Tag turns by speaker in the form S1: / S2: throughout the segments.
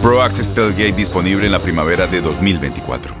S1: Pro Access Tailgate disponible en la primavera de 2024.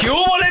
S2: ¿Qué hubo, le,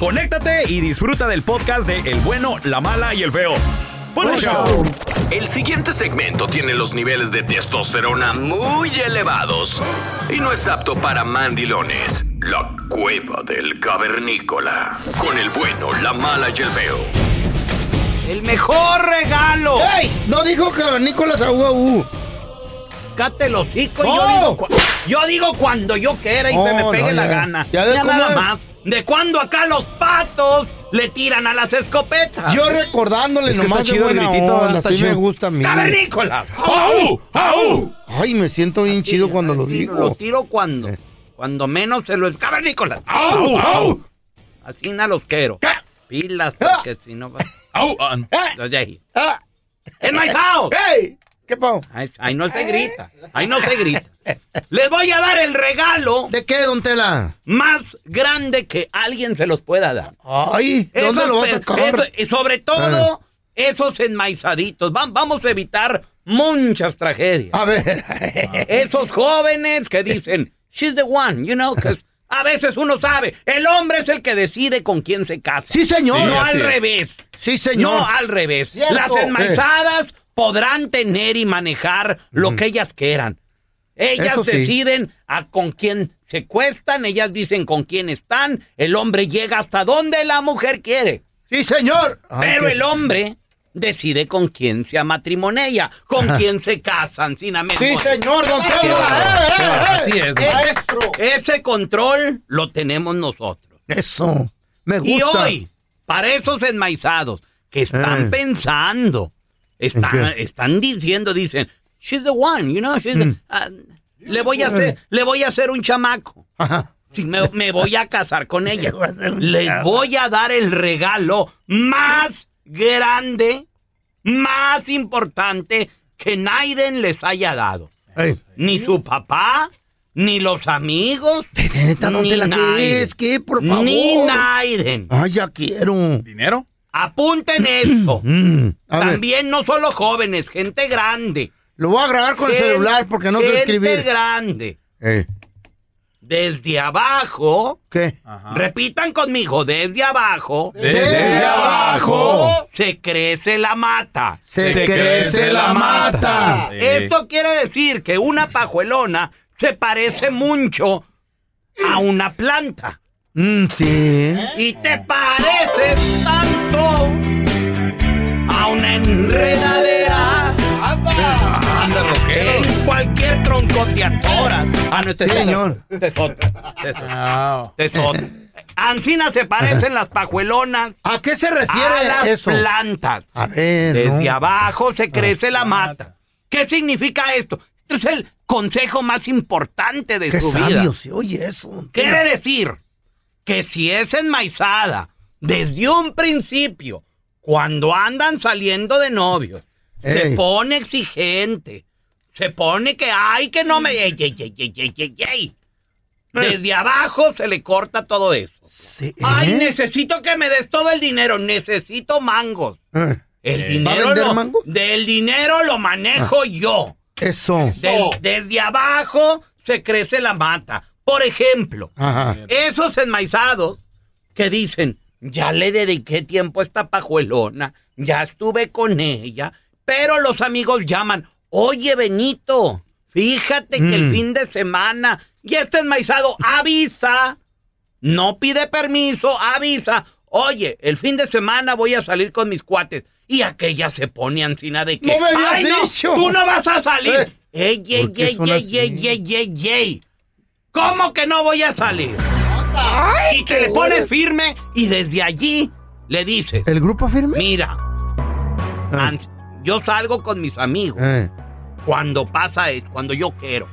S2: conéctate y disfruta del podcast de El bueno, la mala y el feo. Buen show.
S3: El siguiente segmento tiene los niveles de testosterona muy elevados y no es apto para mandilones. La cueva del cavernícola. Con el bueno, la mala y el feo.
S2: El mejor regalo.
S4: ¡Ey! No dijo que Nicolás Aú Aú.
S5: Cáte los hocico y
S4: ¡Oh!
S5: yo digo, cu- yo digo cuando yo quiera y
S4: Oh,
S5: se me
S4: no,
S5: pegue la
S4: ya.
S5: gana.
S4: Ya ves
S5: Mira
S4: cómo
S5: nada
S4: es.
S5: más. ¿De cuando acá los patos le tiran a las escopetas?
S4: Yo recordándole
S2: Es que
S4: nomás
S2: está
S4: de
S2: chido el
S4: buena
S2: gritito,
S4: onda,
S2: está
S4: así
S2: chido.
S4: me gusta a mí.
S5: ¡Cavernícola!
S2: ¡Au! ¡Au!
S4: Ay, me siento bien chido cuando lo
S5: Tiro, Lo
S4: digo. Eh,
S5: tiro cuando. Cuando menos se lo es. ¡Cavernícola!
S2: ¡Au! ¡Au!
S5: Así na los quiero. Pilas, porque si no va.
S2: ¡Au!
S5: Los de ahí.
S4: Eh. ¡Ah!
S5: ¡Enmaizao!
S4: ¡Ey! ¿Qué pao? Eh.
S5: Ahí, ahí no se grita. Ahí no se grita. Les voy a dar el regalo
S4: ¿De qué, don Tela?
S5: más grande que alguien se los pueda dar.
S4: Ay, ¿de ¿dónde
S5: Esos
S4: lo vas a
S5: pe-
S4: sacar?
S5: eso- y sobre todo,
S4: Ah.
S5: esos enmaizaditos. Va- vamos a evitar muchas tragedias.
S4: A ver.
S5: Esos jóvenes que dicen, she's the one, you know, 'cause a veces uno sabe, el hombre es el que decide con quién se casa.
S4: Sí, señor.
S5: No
S4: Así
S5: al
S4: es.
S5: revés.
S4: Sí, señor.
S5: No al revés.
S4: Cierto.
S5: Las enmaizadas podrán tener y manejar lo que ellas quieran. Ellas
S4: Eso sí.
S5: deciden a con quién se cuestan, ellas dicen con quién están, el hombre llega hasta donde la mujer quiere.
S4: Sí, señor. Ay,
S5: Pero
S4: qué-
S5: el hombre decide con quién se amatrimonia, con quién se casan, sin
S4: Ah. Sí,
S5: amén.
S4: señor, don Tela.
S2: bárbaro,
S4: Eh,
S2: qué
S4: eh,
S2: bárbaro. Así
S4: eh.
S2: es, don-
S4: Maestro.
S5: Ese control lo tenemos nosotros.
S4: Eso. Me
S5: Y
S4: gusta.
S5: hoy, para esos enmaizados que están
S4: Eh.
S5: pensando, están,
S4: ¿En qué?
S5: están diciendo, dicen, she's the one, you know, she's the-
S4: Mm.
S5: ah, le voy a hacer, le voy a hacer un chamaco.
S4: Ajá.
S5: Sí, me, me voy a casar con ella.
S4: voy a hacer un
S5: Les
S4: chavo.
S5: voy a dar el regalo más grande, más importante que Naiden les haya dado.
S4: Ey.
S5: Ni su papá, ni los amigos.
S4: Neta, no
S5: ni
S4: te la
S5: Naiden.
S4: crees, ¿qué? Por favor.
S5: Ni Naiden.
S4: Ay, ya quiero.
S2: ¿Dinero?
S5: Apunten esto.
S4: Mm, a ver,
S5: También no solo jóvenes, gente grande.
S4: lo voy a grabar con el
S5: Gen-
S4: celular porque no sé
S5: gente
S4: escribir.
S5: grande.
S4: Ey,
S5: Desde abajo,
S4: ¿Qué?
S5: repitan conmigo, desde abajo.
S4: Desde,
S5: se crece la mata.
S4: se,
S2: se
S4: crece
S2: crece
S4: la
S2: la
S4: mata.
S2: mata. Eh.
S5: Esto quiere decir que una pajuelona se parece mucho a una planta.
S4: Mm, sí.
S5: Y te pareces tanto a una enredadera. Anda, roquero. Cualquier tronco te atoras. Ah, no, este es
S4: Sí,
S5: otro.
S4: señor.
S5: Este es otro. Este es otro. Este es otro. Ancina se parecen las pajuelonas
S4: ¿A qué se refiere
S5: a las
S4: eso?
S5: plantas.
S4: A ver,
S5: Desde
S4: no.
S5: abajo se crece la mata. ¿Qué significa esto? Esto es el consejo más importante de
S4: Qué
S5: tu
S4: sabio
S5: vida.
S4: se oye eso.
S5: Quiere decir que si es enmaizada desde un principio, cuando andan saliendo de novios, se
S4: Ey.
S5: pone exigente, se pone que ay que no me ey, ey, ey, ey, ey, ey, ey". Desde abajo se le corta todo eso.
S4: Sí, ¿eh?
S5: Ay, necesito que me des todo el dinero, necesito mangos.
S4: Eh,
S5: El
S4: ¿Va a
S5: dinero
S4: vender
S5: lo,
S4: mango? Ah.
S5: del dinero lo manejo yo.
S4: Eso.
S5: Del- desde abajo se crece la mata. Por ejemplo,
S4: Ajá.
S5: esos enmaizados que dicen, ya le dediqué tiempo a esta pajuelona, ya estuve con ella, pero los amigos llaman, oye Benito, fíjate que
S4: Mm.
S5: el fin de semana y este enmaizado avisa, no pide permiso, avisa, oye, el fin de semana voy a salir con mis cuates. Y aquella se pone ansina de que,
S4: ¡No me habías
S5: "Ay, no,
S4: dicho!
S5: tú no vas a salir.
S4: Eh.
S5: Ey, ey,
S4: ¿Por qué
S5: ey,
S4: son
S5: ey,
S4: así?
S5: ey, ey, ey, ey. ¿Cómo que no voy a salir? y te le pones firme y desde allí le dices,
S4: ¿El grupo firme? Ah.
S5: mira, an- yo salgo con mis amigos
S4: Eh.
S5: cuando pasa es cuando yo quiero,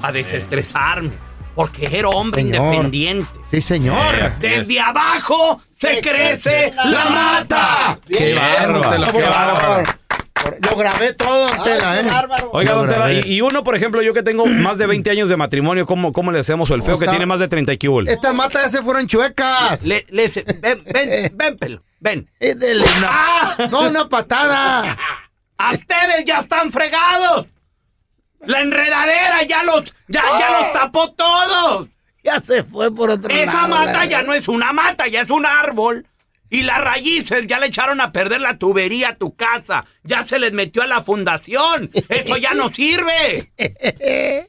S5: para desestresarme, porque era hombre
S4: Señor.
S5: independiente. Eh,
S4: Sí, señor.
S5: Desde abajo se crece la mata.
S2: ¡Qué bárbaro! Tela, ¡Qué bárbaro!
S4: Lo grabé todo, Tela, ¿eh?
S2: Oiga,
S4: Lo
S2: don Tela,
S4: grabé.
S2: y, y uno, por ejemplo, yo que tengo más de 20 años de matrimonio, ¿cómo, cómo le hacemos? O el feo
S4: O
S2: que
S4: sea,
S2: tiene más de 30 y que hubo.
S4: Estas matas ya se fueron chuecas.
S5: Le- le- ven, ven, ven, pelo, ven. Ah,
S4: Es de la- No, una patada.
S5: ¡A ustedes ya están fregados! ¡La enredadera ya los, ya, ya
S2: Oh.
S5: los tapó todos!
S4: Ya se fue por otro
S5: Esa
S4: lado.
S5: mata ya no es una mata, ya es un árbol. Y las raíces ya le echaron a perder la tubería a tu casa. Ya se les metió a la fundación. Eso ya no sirve.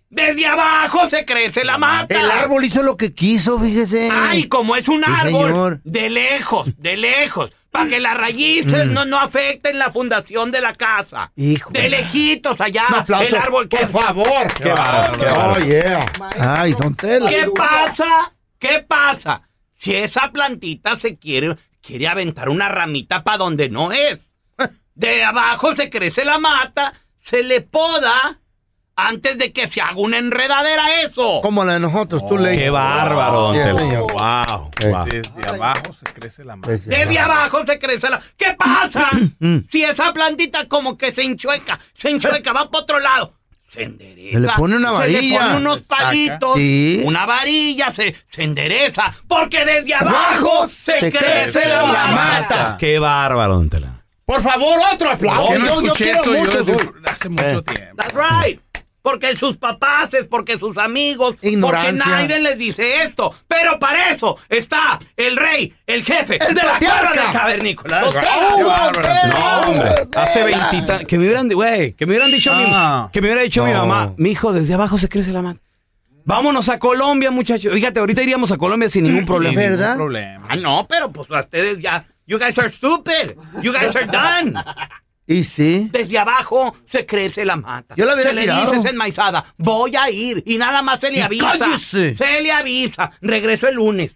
S5: Desde abajo se crece la mata.
S4: El árbol hizo lo que quiso, fíjese.
S5: Ay, como es un
S4: Sí,
S5: árbol.
S4: señor.
S5: De lejos, de lejos. Para que las raíces no, no afecten la fundación de la casa.
S4: Mm. Hijo.
S5: De lejitos allá.
S4: Un aplauso,
S5: el árbol que.
S4: Por favor.
S2: ¡Qué bárbaro! qué
S4: Oh,
S2: bárbaro.
S4: yeah. Ay, don Tela.
S5: ¿Qué pasa? ¿Qué pasa? Si esa plantita se quiere, quiere aventar una ramita para donde no es. De abajo se crece la mata, se le poda antes de que se haga una enredadera eso.
S4: Como la de nosotros,
S5: Oh,
S4: tú le.
S2: ¡Qué bárbaro, don
S4: Sí,
S2: Tela!
S4: señor.
S3: Ah,
S2: ¡Wow!
S4: Eh.
S2: wow.
S6: Desde abajo se crece la mano.
S7: Pues
S5: Desde abajo se crece la... ¿Qué pasa?
S4: Mm.
S5: si esa plantita como que se enchueca, se enchueca, va para otro lado. Se endereza.
S4: Se le pone una
S5: Se le
S4: varilla.
S5: pone unos palitos.
S4: Sí.
S5: Una varilla se, se endereza. Porque desde abajo se, crece, la, mata.
S2: ¡Qué bárbaro, don Tela!
S4: Por favor, otro aplauso.
S6: Yo no
S4: yo, yo
S6: escuché
S4: quiero
S6: eso yo
S4: mucho.
S6: desde-
S4: soy-
S6: hace mucho tiempo.
S5: Eh. That's right. Porque sus papás, es porque sus amigos,
S4: Ignorancia.
S5: porque nadie les dice esto. Pero para eso está el rey, el jefe
S4: El
S5: de la tierra
S4: patriarca.
S5: del cavernícola. That's
S4: Don
S5: right.
S4: Tela, don Tela,
S2: No, hombre.
S4: don Tela.
S2: Hace veintita. Que me hubieran, di- güey, que me hubieran dicho
S6: Ah.
S2: mi, que me hubiera dicho mi
S4: No.
S2: mamá, mi hijo, desde abajo se crece la mano. Vámonos a Colombia, muchachos. Fíjate, ahorita iríamos a Colombia sin ningún problema.
S4: ¿Verdad?
S6: No problema.
S5: Ah, no, pero pues a ustedes ya. You guys are stupid. You guys are done.
S4: Y sí.
S5: Desde abajo se crece la mata.
S4: Yo la hubiera
S5: se le
S4: tirado.
S5: dices enmaizada, voy a ir. Y nada más se le
S4: Y
S5: avisa.
S4: cállese. Mm.
S5: Se le avisa. Regreso el lunes.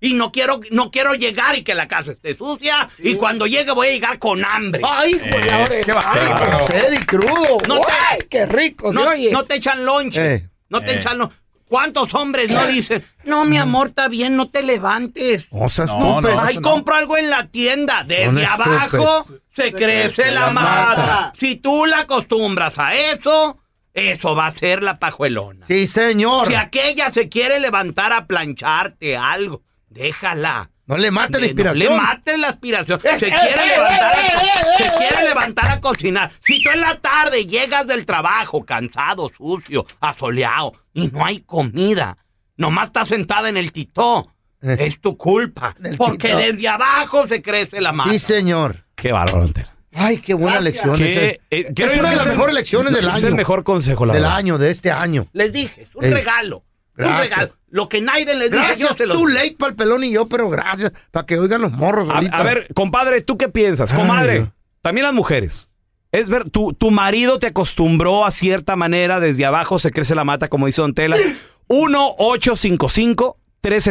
S5: Y no quiero, no quiero llegar y que la casa esté sucia. Y cuando llegue voy a llegar con hambre.
S4: Ay, pues, hijo de la oreja.
S6: Eh, qué bárbaro.
S4: Ay, con sed y crudo.
S5: No te-
S4: Ay, qué rico.
S5: no,
S4: se oye.
S5: no te echan lonche.
S4: Eh.
S5: No te echan lonche. ¿Cuántos hombres no dicen, no, mi amor, está bien, no te levantes?
S4: O sea,
S6: No,
S4: Mm. estúpido.
S6: no.
S5: Ay,
S6: eso
S5: compro algo en la tienda.
S4: Son
S5: Desde
S4: estúpidos.
S5: abajo se crece la
S4: la
S5: mata.
S4: mata.
S5: Si tú la acostumbras a eso, eso va a ser la pajuelona.
S4: Sí, señor.
S5: Si aquella se quiere levantar a plancharte algo, déjala.
S4: No le mate la
S5: Que no le
S4: inspiración.
S5: mates la aspiración.
S4: Es-
S5: Se
S4: eh,
S5: quiere,
S4: eh,
S5: levantar
S4: eh,
S5: a,
S4: eh, eh,
S5: se
S4: eh,
S5: quiere
S4: eh.
S5: levantar a cocinar. Si tú en la tarde llegas del trabajo cansado, sucio, asoleado y no hay comida, nomás estás sentada en el titó,
S4: Eh.
S5: es tu culpa.
S4: Del
S5: Porque
S4: titó.
S5: desde aábajo se crece la mano.
S4: Sí, señor.
S2: Qué bárbaro, don Tela.
S4: Ay, qué buena lección.
S2: Qué-
S4: ese.
S2: eh, creo
S4: es
S2: yo
S4: una
S2: que
S4: de las
S2: el-
S4: mejores lecciones del año.
S2: Es el mejor consejo, la
S4: Del
S2: verdad.
S4: año, de este año.
S5: Les dije, es un
S4: Ey.
S5: regalo. Un
S4: Gracias.
S5: regalo. Lo que nadie les dice, yo
S4: Gracias,
S5: se lo
S4: tú late para el pelón y yo, pero gracias. Para que oigan los morros
S2: A,
S4: ahorita.
S2: a ver, compadre, ¿tú qué piensas? Comadre,
S4: Ay.
S2: también las mujeres.
S8: Es ver, tu, tu marido te acostumbró a cierta manera, desde abajo se crece la mata, como dice Don Tela.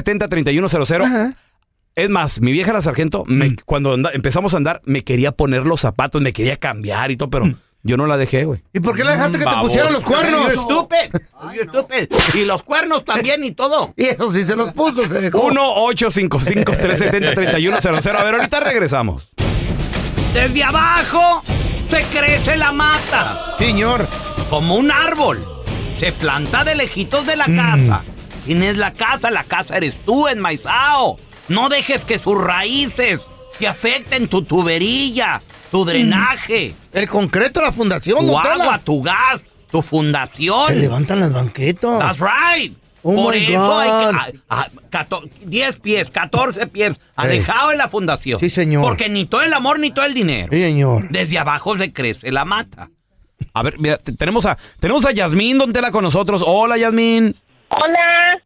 S8: 1-855-370-3100. Es más, mi vieja la sargento, me-
S4: Mm.
S8: cuando anda- empezamos a andar, me quería poner los zapatos, me quería cambiar y todo, pero yo no la dejé, güey.
S4: Mm. ¿Y por qué le dejaste que te pusieran los
S5: You're
S4: cuernos?
S5: stupid. You're stupid. Y los cuernos también y todo.
S4: Y eso sí se los puso, se dejó.
S8: 1-855-370-3100. A ver, ahorita regresamos.
S5: Desde abajo se crece la mata.
S4: Señor.
S5: Como un árbol. Se planta de lejitos de la casa. ¿Quién es la casa? La casa eres tú, enmaizao. No dejes que sus raíces te afecten tu tubería, tu drenaje,
S4: El concreto, la fundación,
S5: tu
S4: don
S5: agua,
S4: Tela.
S5: tu gas, tu fundación.
S4: Se levantan las banquetas.
S5: That's right.
S4: Oh
S5: Por
S4: my
S5: eso
S4: God.
S5: hay que- a- a- cato- 10 pies, 14 pies alejado de la fundación.
S4: Sí, señor.
S5: Porque ni todo el amor ni todo el dinero.
S4: Sí, señor.
S5: Desde abajo se crece la mata.
S8: A ver, mira, te- tenemos a, tenemos a Yasmín Don Tela con nosotros. Hola, Yasmín.
S9: Hola,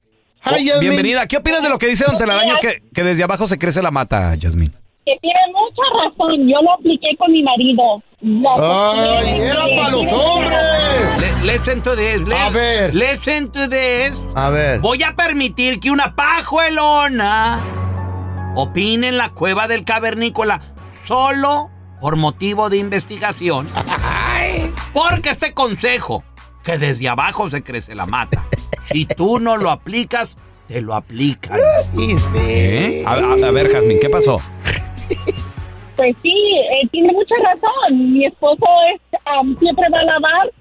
S8: Oh,
S4: Ay, Yasmin.
S8: Bienvenida. ¿Qué opinas de lo que dice Don Telaraño que, que desde abajo se crece la mata, Yasmín?
S9: que tiene mucha razón. Yo lo apliqué con mi marido. La
S4: Ay,
S9: cuestión es
S4: era
S9: que
S4: para los
S9: tiene
S4: hombres.
S5: Le- Listen to this. le-
S4: A ver.
S5: Listen to this.
S4: A ver.
S5: Voy a permitir que una pajuelona opine en la cueva del cavernícola solo por motivo de investigación. Porque este consejo, que desde abajo se crece la mata, si tú no lo aplicas, te lo aplican.
S4: Y sí.
S8: ¿Eh? A, a- a ver, Jazmín, ¿qué pasó?
S9: Pues sí, eh, tiene mucha razón. Mi esposo es am, siempre va a lavar.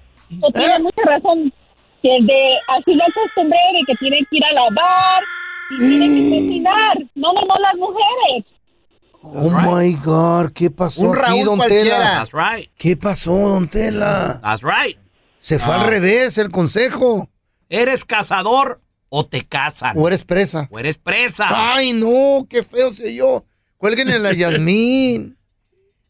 S9: O tiene
S4: ¿Eh?
S9: mucha razón. Que de, así lo acostumbré de que tiene que ir a lavar y tiene
S4: Mm.
S9: que cocinar. No, no, no, las mujeres.
S4: Oh my God, ¿qué pasó
S10: Un
S4: aquí,
S10: Raúl
S4: don
S10: cualquiera.
S4: Tela?
S5: That's right.
S4: ¿Qué pasó, don Tela?
S5: That's right. Ah.
S4: Se fue al revés el consejo.
S5: ¿Eres cazador o te casan?
S4: ¿O eres presa?
S5: O eres presa.
S4: Ay, no, qué feo soy yo. Cuelguen en la Yasmín.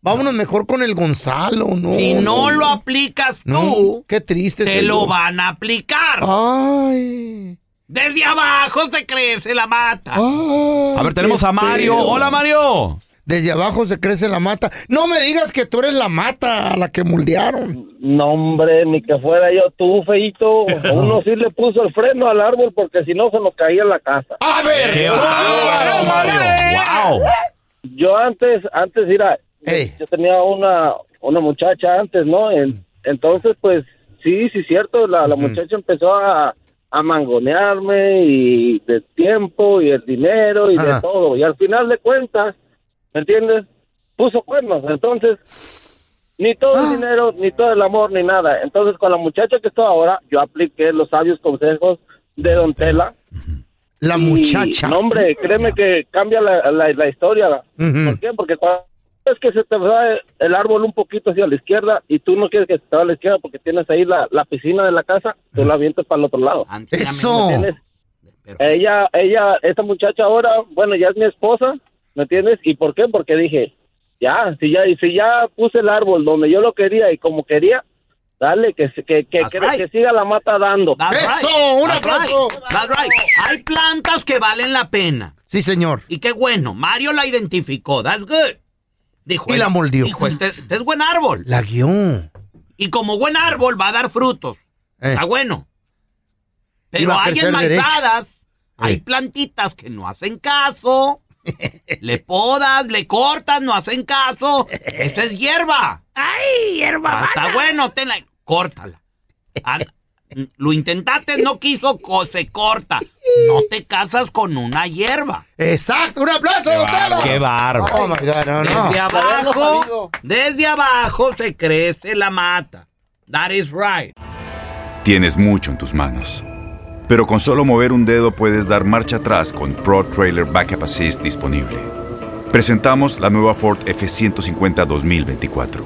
S4: Vámonos mejor con el Gonzalo, ¿no?
S5: Si no lo aplicas
S4: No, este
S5: tú,
S4: Qué triste.
S5: te
S4: soy
S5: lo
S4: yo.
S5: van a aplicar.
S4: Ay.
S5: Desde abajo se crece la mata.
S4: Oh, ay,
S8: A ver, tenemos
S4: qué
S8: a Mario.
S4: feo.
S8: Hola, Mario.
S4: Desde abajo se crece la mata. No me digas que tú eres la mata a la que moldearon.
S11: No, hombre, ni que fuera yo tú, feito. Uno sí le puso el freno al árbol porque si no se nos caía la casa.
S4: A ver.
S8: ¡Qué
S4: ¡Oh!
S8: bárbaro, Mario! ¡Wow!
S11: Yo antes, antes era,
S4: Ey.
S11: yo tenía una, una muchacha antes, ¿no? En- entonces, pues, sí, sí, cierto, la, la muchacha empezó a, a mangonearme y del tiempo y el dinero y
S4: Ajá.
S11: de todo. Y al final de cuentas, ¿me entiendes? Puso cuernos, entonces... Ni todo
S4: Ah.
S11: el dinero, ni todo el amor, ni nada. Entonces, con la muchacha que estoy ahora, yo apliqué los sabios consejos de Don Tela.
S4: La
S11: Y,
S4: muchacha.
S11: No, hombre, créeme que cambia la, la- la historia.
S4: Ujú.
S11: ¿Por qué? Porque cuando es que se te va el árbol un poquito hacia la izquierda y tú no quieres que se te vaya a la izquierda porque tienes ahí la, la piscina de la casa, tú la avientas para el otro lado.
S5: Antes ya me-
S4: Eso.
S11: ¿Entiendes?
S5: Pero-
S11: Ella, ella, esta muchacha ahora, bueno, ya es mi esposa, ¿me entiendes? ¿Y por qué? Porque dije, ya, si ya, si ya puse el árbol donde yo lo quería y como quería, dale, que, se- que, que,
S5: That's
S11: que,
S5: right.
S11: que siga la mata dando.
S5: That's right.
S4: Eso, un
S5: That's
S4: aplauso.
S5: right. That's right. Hay plantas que valen la pena.
S4: Sí, señor.
S5: Y qué bueno, Mario la identificó. That's good. Dijo,
S4: Y
S5: "Eh,
S4: la moldeó.
S5: Dijo, este, este es buen árbol.
S4: La guión.
S5: Y como buen árbol va a dar frutos.
S4: Eh.
S5: Está bueno. Pero
S4: Iba a
S5: hay
S4: crecer
S5: enmaizadas, hay
S4: Eh.
S5: plantitas que no hacen caso. le podas, le cortas, no hacen caso. Esa es hierba.
S2: ¡Ay, hierba!
S5: Está bueno, tenla. Córtala. An- Lo intentaste, no quiso, co- se corta. No te casas con una hierba.
S4: Exacto, un aplauso, don Tela.
S8: ¡Qué bárbaro!
S4: Oh my God, no, no.
S5: Desde
S10: haberlo
S5: abajo,
S10: sabido.
S5: desde abajo se crece la mata. That is right.
S1: Tienes mucho en tus manos. Pero con solo mover un dedo puedes dar marcha atrás con Pro Trailer Backup Assist disponible. Presentamos la nueva Ford F150 2024.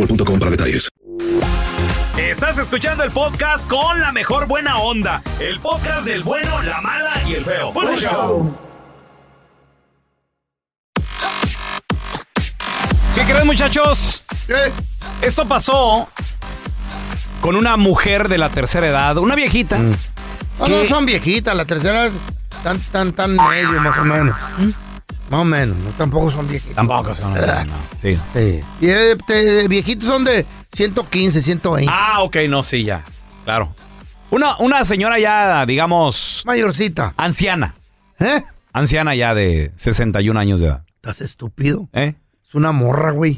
S6: para detalles.
S5: Estás escuchando el podcast con la mejor buena onda. El podcast del bueno, la mala y el feo. Bueno, show. ¿Qué creen, muchachos? Esto pasó con una mujer de la tercera edad, una viejita.
S4: No, no, son viejitas, la tercera es tan, tan, tan medio, más o menos. Más o menos, no, tampoco son viejitas.
S5: Tampoco son.
S4: ¿Verdad?
S5: Sí.
S4: Y eh, te- viejitos son de 115, 120.
S5: Ah, ok, no, sí, ya. Claro. Una, una señora ya, digamos.
S4: Mayorcita.
S5: Anciana.
S4: ¿Eh?
S5: Anciana ya de 61 años de edad.
S4: Estás estúpido.
S5: ¿Eh?
S4: Es una morra, güey.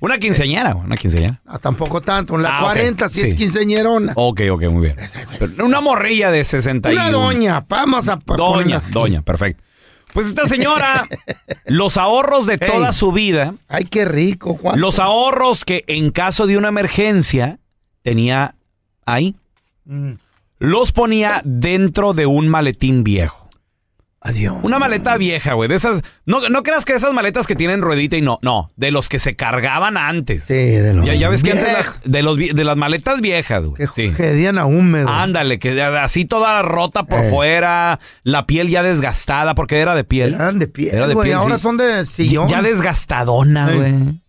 S5: Una quinceañera, güey, una quinceañera.
S4: No, tampoco tanto. En la
S5: Ah, ok,
S4: 40, si es
S5: sí. Oh.
S4: quinceñerona.
S5: Ok, ok, muy bien. Pero una morrilla de 61.
S4: Una doña, vamos a pa- ponerla
S5: Doña,
S4: así.
S5: doña, perfecto. Pues esta señora, los ahorros de toda su vida,
S4: Ay, qué rico, Juan.
S5: los ahorros que en caso de una emergencia tenía ahí,
S4: Mm.
S5: los ponía dentro de un maletín viejo.
S4: Adiós.
S5: Una maleta vieja, güey. De esas. No, no creas que esas maletas que tienen ruedita y no, no. De los que se cargaban antes.
S4: Sí, de los.
S5: Ya, ya ves que antes
S4: Viejo.
S5: la- de, los, vi- de las maletas viejas, güey. Sí.
S4: Que dían a
S5: Ah,
S4: húmedo.
S5: Ándale, que así toda rota por
S4: Eh.
S5: fuera, la piel ya desgastada, porque era de piel.
S4: Eran de piel,
S5: Era de
S4: güey,
S5: piel,
S4: ahora
S5: sí.
S4: son de sillón.
S5: Ya desgastadona,
S4: Ey.
S5: güey.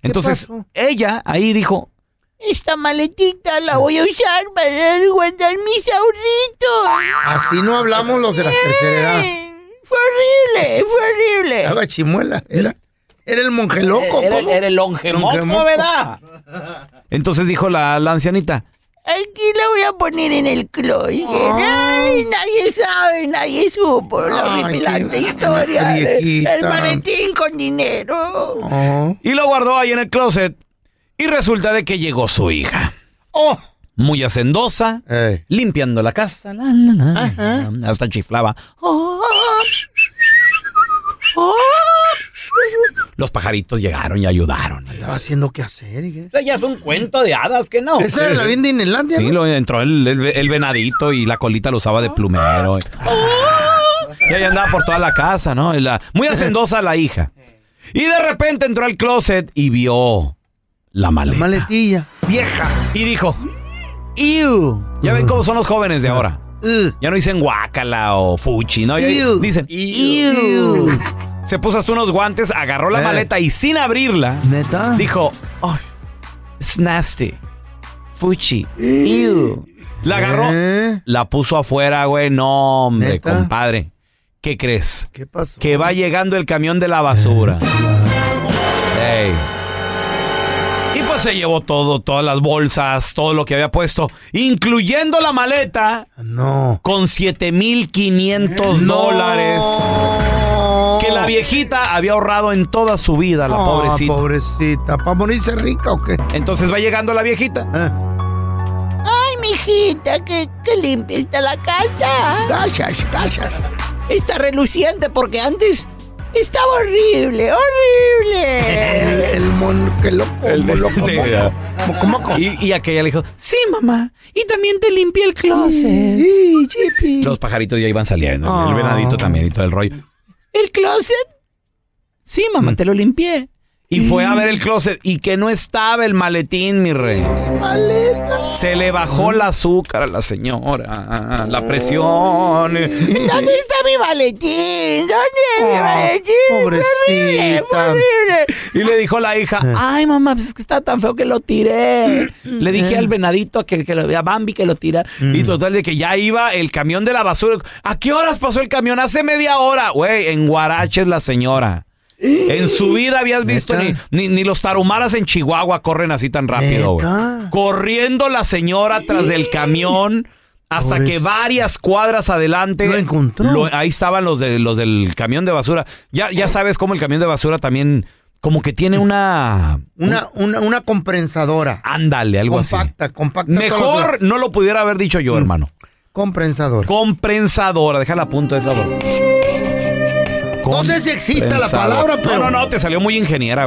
S5: Entonces,
S4: pasó?
S5: ella ahí dijo,
S2: Esta maletita la voy a usar para guardar mis ahorritos.
S4: Así no hablamos los de la tercera edad.
S5: Eh.
S2: Fue horrible, fue horrible.
S4: Estaba chimuela. Era, era el monje loco.
S5: Era-
S4: ¿cómo?
S5: era el longe moco,
S4: Longemoco.
S5: ¿verdad? entonces dijo la, la ancianita,
S2: Aquí la voy a poner en el closet. Ay, nadie sabe, nadie supo la
S4: Ah. Ay,
S2: horripilante
S4: qué-
S2: historia.
S4: qué
S2: del- El
S4: viejita.
S2: maletín con dinero.
S4: Oh.
S5: y lo guardó ahí en el closet. Y resulta de que llegó su hija,
S4: Oh.
S5: muy hacendosa,
S4: Ey.
S5: limpiando la casa, la, la, la, la, hasta chiflaba.
S2: Oh, oh.
S5: Los pajaritos llegaron y ayudaron.
S4: Estaba haciendo qué hacer. ¿y qué?
S5: Ya es un cuento de hadas, que no.
S4: Esa era la bien de Inlandia.
S5: Sí, lo entró el, el- el venadito y la colita lo usaba de plumero.
S4: Ah.
S2: Oh.
S5: Y ahí andaba por toda la casa, ¿no? Y la- muy hacendosa la hija. Y de repente entró al closet y vio la maleta.
S4: Maletilla. Vieja.
S5: Y dijo, ¡Ew! Ya ven cómo son los jóvenes de ahora.
S4: Uh,
S5: Ya no dicen guácala o fuchi, ¿no? Ya
S4: Ew.
S5: dicen,
S4: Ew.
S5: "Ew". Se puso hasta unos guantes, agarró la
S4: Eh.
S5: maleta y sin abrirla,
S4: Neta.
S5: dijo, ¡Ay! it's nasty. Fuchi. Ew. La agarró.
S4: ¿Eh?
S5: La puso afuera, güey. No, hombre,
S4: ¿Neta?
S5: compadre. ¿Qué crees?
S4: ¿Qué pasó?
S5: Que va llegando el camión de la basura.
S4: ¿Eh?
S5: Ey. Y pues se llevó todo, todas las bolsas, todo lo que había puesto, incluyendo la maleta
S4: No.
S5: con 7500 dólares que la viejita había ahorrado en toda su vida, la
S4: Ah,
S5: pobrecita.
S4: pobrecita. ¿Para morirse rica o qué?
S5: Entonces va llegando la viejita.
S4: Eh.
S2: Ay, mijita, que, que limpia está la casa.
S4: Gracias, gracias.
S2: Está reluciente porque antes estaba horrible, horrible.
S4: El, el mon- qué loco.
S5: El-
S4: moco,
S5: sí,
S4: moco.
S5: ya.
S4: Moco, moco.
S5: Y, y aquella le dijo, sí, mamá. Y también te limpié el closet.
S4: Sí, yipi.
S5: Los pajaritos ya iban saliendo.
S4: Ah.
S5: El venadito también y todo el rollo. ¿El closet? Sí, mamá,
S4: Mm.
S5: te lo limpié. Y fue a ver el closet y que no estaba el maletín, mi rey. Se le bajó el azúcar a la señora. La presión.
S2: ¿Dónde está mi maletín? ¿Dónde mi
S4: Ah,
S2: maletín? Horrible,
S4: pobrecita.
S2: horrible.
S5: Y le dijo la hija,
S4: Ah,
S5: ay mamá, pues es que está tan feo que lo tiré.
S4: Mm,
S5: Le
S4: eh.
S5: dije al venadito que, que lo, a Bambi que lo tira. Y total de que ya iba el camión de la basura. ¿A qué horas pasó el camión? Hace media hora. Güey, en Guaraches la señora. En su vida habías visto ni,
S4: ¿Neta?
S5: ni, ni los tarumaras en Chihuahua corren así tan rápido, güey.
S4: ¿Neta?
S5: Corriendo la señora tras del camión hasta que
S4: Pobrecita.
S5: varias cuadras adelante
S4: Lo encontró.
S5: ahí estaban los de los del camión de basura. Ya, ya sabes cómo el camión de basura también como que tiene una...
S4: Una, una, una comprensadora.
S5: Ándale, algo
S4: compacta, así. Compacta,
S5: Mejor no lo pudiera haber dicho
S4: Mm.
S5: yo, hermano.
S4: Comprensadora.
S5: Comprensadora, déjala a punto esa voz.
S4: No sé si exista la
S5: Compensadora.
S4: palabra, pero.
S5: No, no, no, te salió muy ingeniera,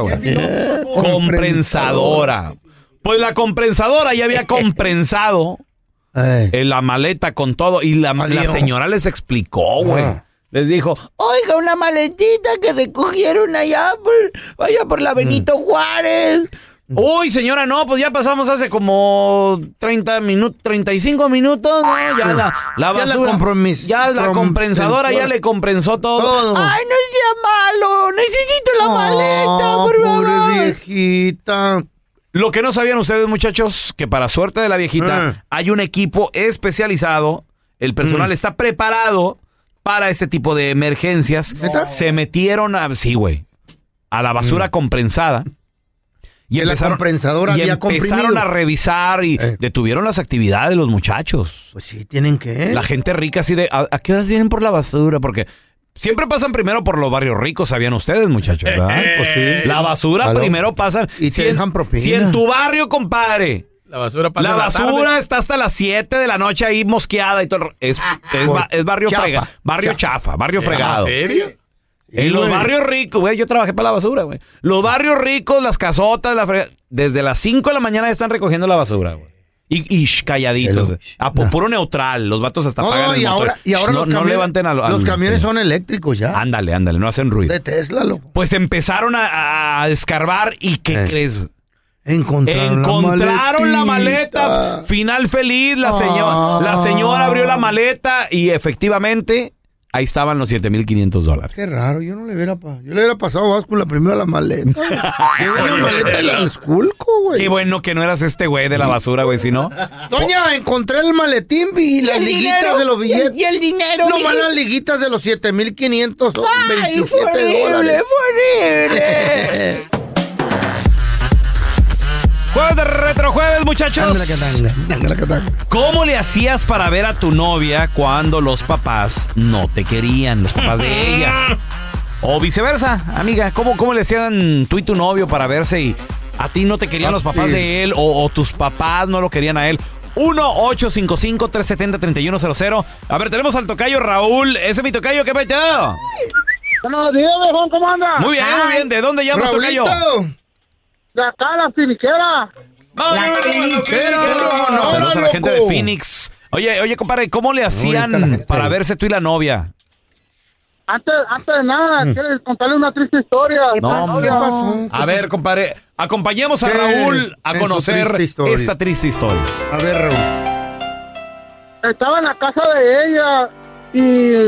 S5: güey.
S4: Eh.
S5: Comprensadora. Pues la comprensadora ya había comprensado eh, la maleta con todo. Y la, la
S2: Adiós.
S5: señora les explicó, güey.
S4: Ah.
S5: Les dijo,
S2: Oiga, una maletita que recogieron allá por, allá por la Benito Juárez.
S5: Mm. Uy, señora, no, pues ya pasamos hace como 30 minutos, 35 minutos, ¿no? Ya la, la
S2: Ya la
S5: basura. Ya la comprensadora ya le comprensó todo.
S2: Ay, no sea malo. Necesito la maleta,
S5: Ah,
S2: por favor.
S4: viejita.
S5: Lo que no sabían ustedes, muchachos, que para suerte de la viejita, hay un equipo especializado. El personal está preparado para este tipo de emergencias. Se metieron a. Sí, güey. A la basura comprensada. Mm. Y
S4: Que la comprensadora
S5: y
S4: había
S5: empezaron
S4: comprimido. Eh.
S5: a revisar y detuvieron las actividades de los muchachos.
S4: Pues sí, tienen que.
S5: La gente rica así de, ¿a, a qué horas vienen por la basura? Porque siempre pasan primero por los barrios ricos, sabían ustedes, muchachos, ¿verdad?
S12: Eh,
S4: pues sí.
S5: La basura
S4: Aló.
S5: primero pasan. Y si
S4: dejan propina.
S5: Si en tu barrio, compadre,
S12: La basura pasa
S5: la
S12: en
S5: basura
S12: tarde.
S5: está hasta las 7 de la noche ahí mosqueada y todo. el ro- Es, es
S4: Ah.
S12: Por
S5: ba- es barrio
S12: chafa,
S5: frega- barrio chafa, barrio
S12: ¿En
S5: fregado.
S12: serio?
S5: En los
S12: güey.
S5: barrios ricos, güey, yo trabajé para la basura, güey. Los barrios ricos, las casotas, la frega- desde las 5 de la mañana ya están recogiendo la basura, güey. Y, y sh, calladitos. A pu- puro neutral, los vatos hasta
S4: No,
S5: apagan
S4: no,
S5: el
S4: y
S5: motor.
S4: ahora, y
S5: Sh,
S4: ahora
S5: no,
S4: los
S5: no
S4: camiones,
S5: levanten a
S4: los camiones
S5: sí.
S4: son eléctricos ya.
S5: Ándale, ándale, no hacen ruido.
S4: De Tesla, loco. Eh.
S5: Pues empezaron a, a escarbar y ¿qué crees? güey?
S4: Encontraron,
S5: Encontraron la
S4: maletita.
S5: maleta. Final feliz, la
S4: Ah.
S5: señora, la señora abrió la maleta y efectivamente ahí estaban los 7500 dólares.
S4: Qué raro, yo no le hubiera pasado. Yo le hubiera pasado a Vasco la primera la maleta. Llevo la maleta y la esculco, güey.
S5: Qué bueno que no eras este güey de la basura, güey, si no.
S4: Doña, encontré el maletín y las
S2: el
S4: liguitas
S2: dinero?
S4: de los
S2: ¿Y el-
S4: billetes.
S2: y el dinero,
S4: No
S2: mija?
S4: van las liguitas de los 7500. son
S2: Ay, fue
S4: 27
S2: horrible,
S4: dólares.
S2: fue horrible.
S5: Jueves de retrojueves, muchachos.
S4: Ándale, que tanga, ándale, que tanga.
S5: ¿Cómo le hacías para ver a tu novia cuando los papás no te querían, los papás de ella? O viceversa, amiga, ¿cómo, cómo le hacían tú y tu novio para verse y a ti no te querían los papás
S4: Fácil.
S5: de él o, o tus papás no lo querían a él? 1-855-370-3100. A ver, tenemos al tocayo Raúl. Ese es mi tocayo, ¿qué peteo?
S8: Buenos días, viejón, ¿cómo anda?
S5: Muy bien, muy bien. ¿De dónde llamas, tocayo?
S8: De acá, la finiquera.
S5: La Saludos a la gente de Phoenix. Oye, oye, compadre, ¿cómo le hacían para verse tú y la novia?
S8: Antes, antes de nada, quiero contarle una triste historia.
S5: Mm. No, hombre. A ver, compadre, acompañemos a
S8: ¿Qué
S5: Raúl a
S8: es su
S5: conocer
S8: triste historia?
S5: esta triste historia.
S4: A ver, Raúl.
S8: Estaba en la casa de ella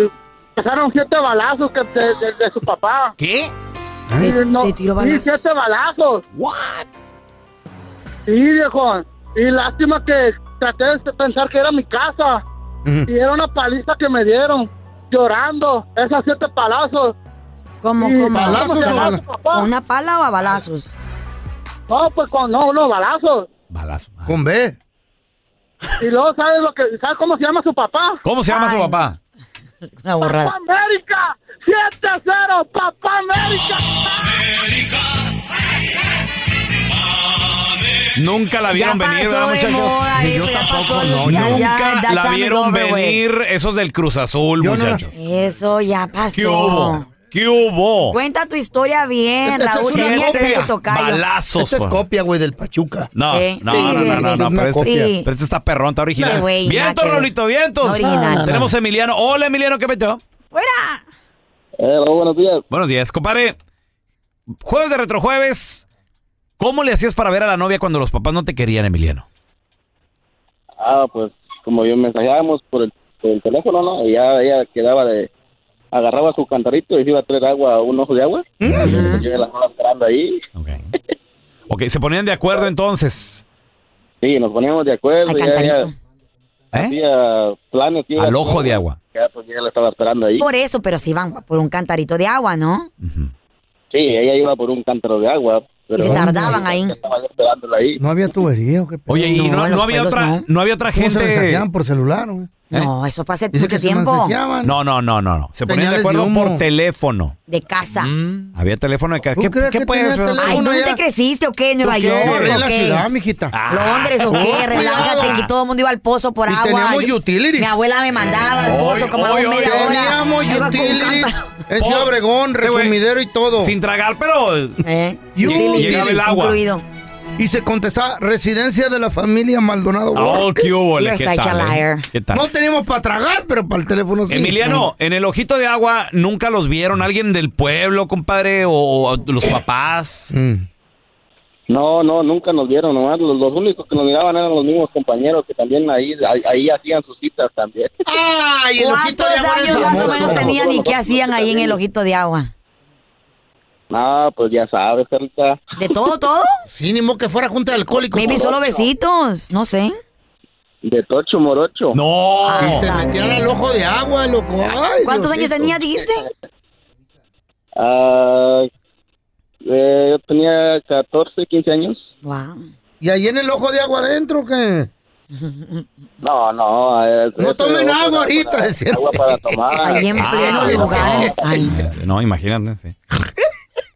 S8: y pasaron siete balazos que de, de- de su papá.
S5: ¿Qué?
S8: Y no- sí, siete balazos. Sí, viejo. Y lástima que traté de pensar que era mi casa. Y era una paliza que me dieron, llorando, esas siete palazos.
S13: ¿Cómo,
S8: Y
S13: cómo?
S8: ¿Palazos o bala-
S13: ¿Con una pala o a balazos?
S8: No, pues con, no, no, balazos.
S13: ah.
S4: Con B.
S8: Y luego, ¿sabes, lo que, ¿sabes cómo se llama su papá?
S5: ¿Cómo se llama su papá?
S13: Una
S8: ¡Papá América! ¡7-0, Papá América!
S5: Nunca la vieron
S8: Ya
S5: venir,
S8: pasó
S5: ¿verdad,
S8: de
S5: muchachos?
S8: moda
S13: Yo eso, eh, ya tampoco, pasó. no, Ya, no. ya,
S5: Nunca
S13: that
S5: la
S13: time is
S5: vieron
S13: over, güey.
S5: venir esos del Cruz Azul, muchachos.
S13: Eso ya pasó.
S5: ¿Qué hubo? ¿Qué hubo?
S13: Cuenta tu historia bien,
S4: Esta es
S13: Raúl.
S4: una
S13: no digas que es tu
S4: copia.
S13: tocayo.
S5: Balazos,
S4: Esta es
S5: pa.
S4: copia, güey, del Pachuca.
S5: No,
S13: Sí,
S5: no,
S13: sí,
S5: no,
S13: sí,
S5: no,
S13: sí.
S5: no, no,
S13: Una
S5: pero,
S13: copia.
S5: este, pero este está perrón, está original.
S13: Sí, güey, nada
S5: vientos,
S13: que ver.
S5: Rolito, vientos.
S13: No original, no,
S5: Tenemos a Emiliano. Hola, Emiliano, ¿qué metió?
S13: ¡Fuera!
S7: Eh, buenos días.
S5: Buenos días, compadre. Jueves de retrojueves. ¿Cómo le hacías para ver a la novia cuando los papás no te querían, Emiliano?
S7: Ah, pues como yo mensajeábamos por el, por el teléfono, ¿no? Y ya ella quedaba de... Agarraba su cantarito y se iba a traer agua, un ojo de agua.
S13: ¿Mm?
S7: Yo ya la estaba esperando ahí.
S5: Ok, se ponían de acuerdo entonces.
S7: Ah. Sí, nos poníamos de acuerdo.
S5: Al
S7: y Pues, ya ella
S5: cantarito. ¿Eh?
S7: Hacía planes. que iba
S5: Al
S7: a-
S5: ojo de agua.
S7: Ya, pues yo ya la estaba esperando ahí.
S13: Por eso, pero si van por un cantarito de agua, ¿no?
S7: Sí, ella iba por un cántaro de agua. Pero
S13: Y se tardaban ahí.
S7: Estaba yo esperándola ahí.
S4: No había tubería o qué pedo?
S5: Oye, y no, no había otra, no. había otra
S4: ¿Cómo se
S5: gente.
S4: mensajeaban por celular, güey?
S13: No, eso fue hace
S5: Dice
S13: mucho
S5: que se
S13: tiempo.
S5: No, no, no, no. no. Se ponían de
S13: Señales de
S5: acuerdo
S13: humo.
S5: por teléfono.
S13: De casa.
S5: Había teléfono de casa. Mm. ¿Qué,
S13: crees
S5: qué
S13: que
S5: puedes?
S13: tenía
S5: bro?
S13: teléfono Ay, ¿dónde allá? creciste o qué? ¿En Nueva
S5: ¿Tú qué?
S13: York
S5: Corrí
S13: o
S5: la
S13: qué?
S5: ciudad,
S4: mijita.
S13: Londres o qué,
S5: Ah,
S13: relájate,
S5: cuidado.
S13: que todo el mundo iba al pozo por
S4: oh, Y
S13: agua.
S4: teníamos
S13: Yo-
S4: utilities.
S13: Mi abuela me mandaba al pozo como a
S4: hoy,
S13: dos
S4: hoy,
S13: media hora.
S4: teníamos
S13: Iba con
S4: utilities.
S13: canta-
S4: En Ciudad Obregón,
S5: Qué Este güey.
S4: resumidero y todo.
S5: Sin tragar, pero.
S13: ¿Eh?
S4: Y un
S5: Llegaba
S4: utilities
S5: el agua. Incluido.
S4: Y se contestaba residencia de la familia Maldonado.
S5: Oh,
S4: Borges.
S5: qué hubole, ¿qué tal, eh? ¿Qué tal?
S4: No tenemos para tragar, pero para el teléfono sí.
S5: Emiliano, en el ojito de agua nunca los vieron. ¿Alguien del pueblo, compadre? ¿O, o los papás?
S7: No, no, nunca nos vieron, nomás los, los únicos que nos miraban eran los mismos compañeros que también ahí, ahí, ahí hacían sus citas también.
S4: Ay,
S7: el ojito
S13: ¿Cuántos
S7: de agua
S13: años
S7: era
S13: más o
S7: famoso.
S13: menos tenían y qué hacían ahí en el ojito de agua?
S7: No, pues ya sabes, Carlita.
S13: ¿De todo, todo?
S4: Sí, ni modo que fuera junta de alcohólicos.
S13: Maybe solo besitos, no sé.
S7: De tocho morocho.
S5: No.
S14: Ah,
S4: Y se metían al ojo de agua, loco. Ay,
S13: ¿Cuántos años
S4: Diosito.
S13: tenías, dijiste?
S7: Ah, eh, yo tenía 14, 15 años.
S4: ¿Y ahí en el ojo de agua adentro qué?
S7: No, no. eh,
S4: No
S7: eh,
S4: tomen
S7: agua
S4: agua
S7: para-
S4: ahorita, decían.
S7: Agua para tomar.
S13: Ahí en
S5: Ah,
S13: pleno lugar.
S5: No, imagínate, sí.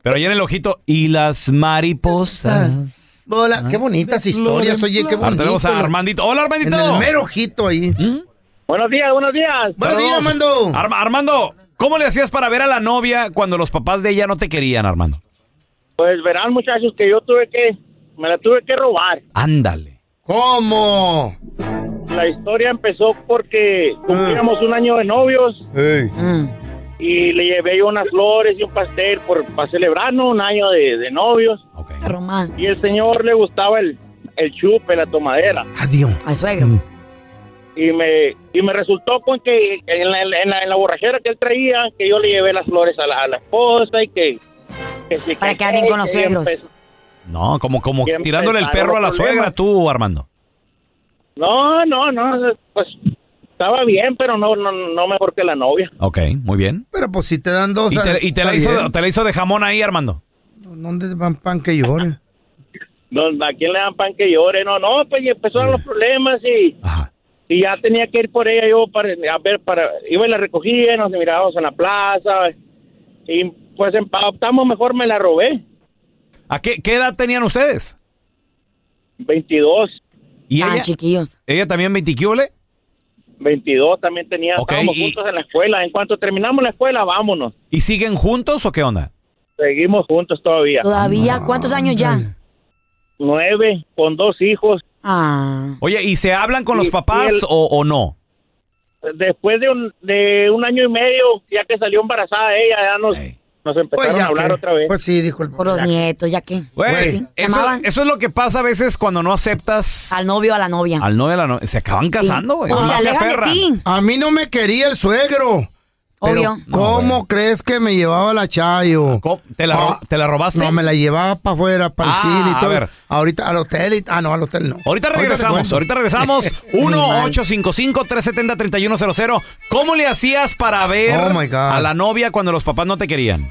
S5: Pero allá en el ojito. Y las mariposas.
S4: Hola, qué bonitas historias, oye, qué bonito.
S5: Ah, Ahora Ah, tenemos a Armandito. Hola, Armandito. ¿Mm?
S4: En el mero ojito ahí.
S7: Buenos días, buenos días.
S4: Buenos días,
S5: Saludos.
S4: Armando.
S5: Arma- Armando, ¿cómo le hacías para ver a la novia cuando los papás de ella no te querían, Armando?
S7: Pues verán, muchachos, que yo tuve que. Me la tuve que robar.
S5: Ándale.
S4: ¿Cómo? Ah.
S7: La historia empezó porque cumplíamos un año de novios
S2: Mm.
S7: y le llevé yo unas flores y un pastel por, para celebrar ¿no? un año de, de novios. Y el señor le gustaba el, el chupe, la tomadera.
S4: Adiós.
S13: Al suegro.
S7: Y me, y me resultó con que en la, en la- en la borrachera que él traía, que yo le llevé las flores a la, a la esposa y que... que sí,
S13: Para
S7: que pues,
S13: quedar bien
S7: sí,
S13: con los
S7: que
S13: suegros.
S7: empezó-
S5: No, como, como
S7: Siempre
S5: tirándole el
S7: traigo
S5: perro a la
S7: problemas.
S5: suegra tú, Armando.
S7: No, no, no, pues estaba bien, pero no, no, no mejor que la novia.
S5: Ok, muy bien.
S4: Pero pues si te dan dos.
S5: ¿Y te, y te
S4: está
S5: la hizo,
S4: bien.
S5: te la hizo de jamón ahí, Armando?
S4: ¿Dónde van pan que llore?
S7: No, ¿A quién le dan pan que llore? No, no, pues y empezaron los problemas y, y ya tenía que ir por ella yo para, a ver, para, iba y la recogía, nos mirábamos en la plaza y pues empa- optamos mejor me la robé,
S5: ¿A qué, qué edad tenían ustedes?
S7: 22.
S5: ¿Y
S13: Ah,
S5: ella?
S13: chiquillos.
S5: ¿Ella también 20 qué ole?
S7: 22 también tenía,
S5: Ok,
S7: estábamos
S5: y-
S7: juntos en la escuela, en cuanto terminamos la escuela vámonos,
S5: ¿Y siguen juntos o qué onda?
S7: seguimos juntos todavía.
S13: Todavía, ¿cuántos años ya?
S7: Nueve, con dos hijos.
S13: Ah.
S5: Oye, ¿y se hablan con los
S7: Y-
S5: papás
S7: y el-
S5: o, o no?
S7: Después de un, de un año y medio, ya que salió embarazada ella, ya nos, nos empezaron a hablar
S4: qué.
S7: otra vez.
S4: Pues sí, dijo el
S13: Por los nietos, ¿ya qué?
S5: Güey,
S13: Pues sí, se
S5: eso,
S13: amaban.
S5: eso es lo que pasa a veces cuando no aceptas
S13: Al novio, a la novia.
S5: al novio, a la novia. Se acaban casando, güey.
S13: Pues
S5: Nomás
S13: se
S5: se
S13: alejan de
S5: aferran.
S13: ti.
S4: A mí no me quería el suegro. Pero,
S13: Obvio.
S4: ¿Cómo crees que me llevaba la Chayo?
S5: Ah,
S4: Ah,
S5: ¿Te la, ro- te la robaste?
S4: No, me la llevaba para afuera, para el
S5: Ah,
S4: cine
S5: a
S4: y todo.
S5: ver.
S4: Ahorita al hotel y... Ah, no, al hotel no.
S5: Ahorita regresamos, ahorita regresamos. 1-855-370-3100. ¿Cómo le hacías para ver
S4: Oh, my God.
S5: a la novia cuando los papás no te querían?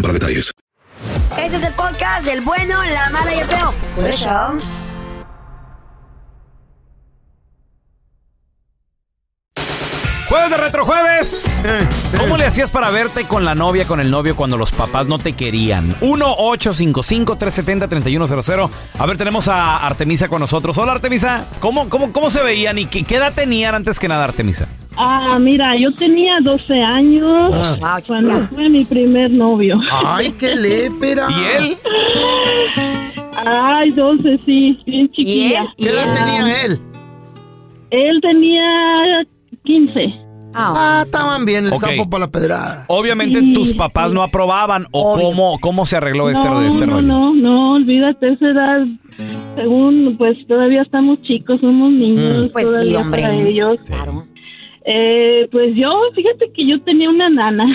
S6: para detalles.
S13: Este es el podcast del bueno, la mala y el feo. Por eso.
S5: Jueves de Retrojueves. ¿Cómo le hacías para verte con la novia, con el novio, cuando los papás no te querían? 1-855-370-3100. A ver, tenemos a Artemisa con nosotros. Hola, Artemisa. ¿Cómo, cómo, cómo se veían y qué, qué edad tenían antes que nada, Artemisa?
S15: Ah, mira, yo tenía 12 años
S5: Ah.
S15: cuando fue mi primer novio.
S4: Ay, qué lépera. ¿Y él?
S15: Ay, 12, sí, bien chiquilla.
S4: ¿Y él? ¿Qué edad
S15: Ah,
S4: tenía él?
S15: Él tenía 15.
S4: Ah, estaban bien el
S5: Ok.
S4: sapo para la pedrada.
S5: Obviamente
S15: Sí,
S5: tus papás no aprobaban o cómo, cómo se arregló este,
S15: no,
S5: este
S15: no,
S5: rollo.
S15: no, no, olvídate, esa edad, según, pues todavía estamos chicos, somos niños.
S13: Mm. Pues sí,
S15: todavía
S13: hombre.
S15: para ellos. Eh, pues yo, fíjate que yo tenía una nana.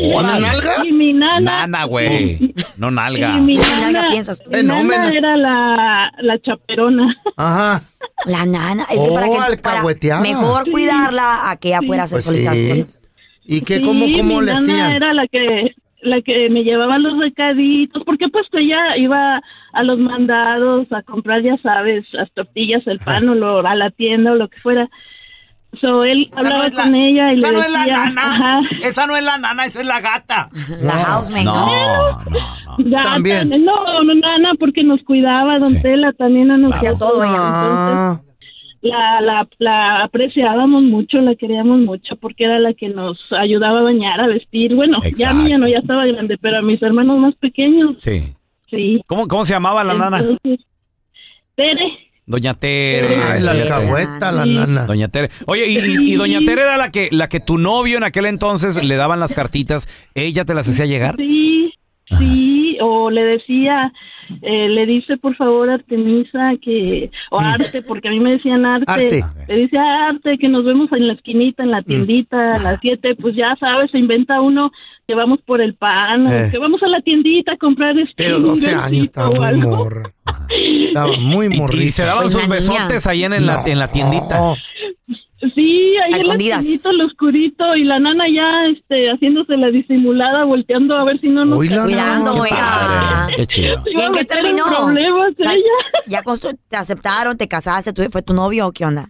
S5: Órale.
S15: Y mi nana.
S5: Nana, güey. No nalga.
S15: Y mi nana, mi nana era la, la chaperona.
S4: Ajá.
S13: La nana. Es que
S4: Oh,
S13: para que para
S4: alcahueteada.
S13: mejor cuidarla a que ella fuera hacer
S4: Pues
S13: solitas
S4: sí.
S13: cosas.
S4: ¿Y qué,
S15: Sí,
S4: cómo, cómo
S15: mi
S4: le
S15: nana
S4: hacían?
S15: era la que la que me llevaba los recaditos, porque pues ella iba a los mandados a comprar, ya sabes, las tortillas, el pan o lo- a la tienda o lo que fuera. So él
S11: no
S15: hablaba
S11: es la-
S15: con ella y
S11: esa
S15: le
S11: no es la
S15: decía,
S11: nana.
S15: ajá,
S11: Esa no es la nana, esa es la gata.
S13: La housemate.
S5: No, no.
S15: ya,
S5: También.
S15: tan- no, no, nana, porque nos cuidaba, don Tela, también a nosotros.
S13: Hacía todo ella.
S15: Entonces, la, la, la apreciábamos mucho, la queríamos mucho porque era la que nos ayudaba a bañar, a vestir. Bueno, ya a mí ya no, ya estaba grande, pero a mis hermanos más pequeños,
S5: Sí.
S15: sí.
S5: ¿Cómo, ¿Cómo se llamaba la nana?
S15: Entonces, Tere,
S5: Doña Tere.
S4: Ay, la
S5: Doña
S4: alcahueta,
S5: Tere.
S4: la nana.
S5: Doña Tere. Oye, y, y- y Doña Tere era la que, la que tu novio en aquel entonces le daban las cartitas. ¿Ella te las hacía llegar?
S15: sí, sí, o le decía, eh, le dice por favor Artemisa que, o Arte, porque a mí me decían Arte,
S4: Arte. Mm.
S15: le dice Arte que nos vemos en la esquinita, en la tiendita, a las siete, pues ya sabes, se inventa uno que vamos por el pan, o
S4: Eh.
S15: que vamos a la tiendita a comprar este.
S4: Pero 12 años, estaba muy morra. Estaba muy morrita.
S5: Y se daban sus besotes ahí en, en la, en la tiendita.
S15: Sí, ahí en la
S13: Escondidas.
S15: esquinita, lo oscurito, y la nana ya este, haciéndose la disimulada, volteando a ver si no nos...
S5: Uy, la
S13: Cuidando,
S5: nana.
S13: oiga.
S2: Ah.
S5: Qué chido.
S13: ¿Y en qué terminó?
S15: problemas
S13: O sea,
S15: ella.
S13: Ya constru- te aceptaron, te casaste, tú- fue tu novio o qué onda?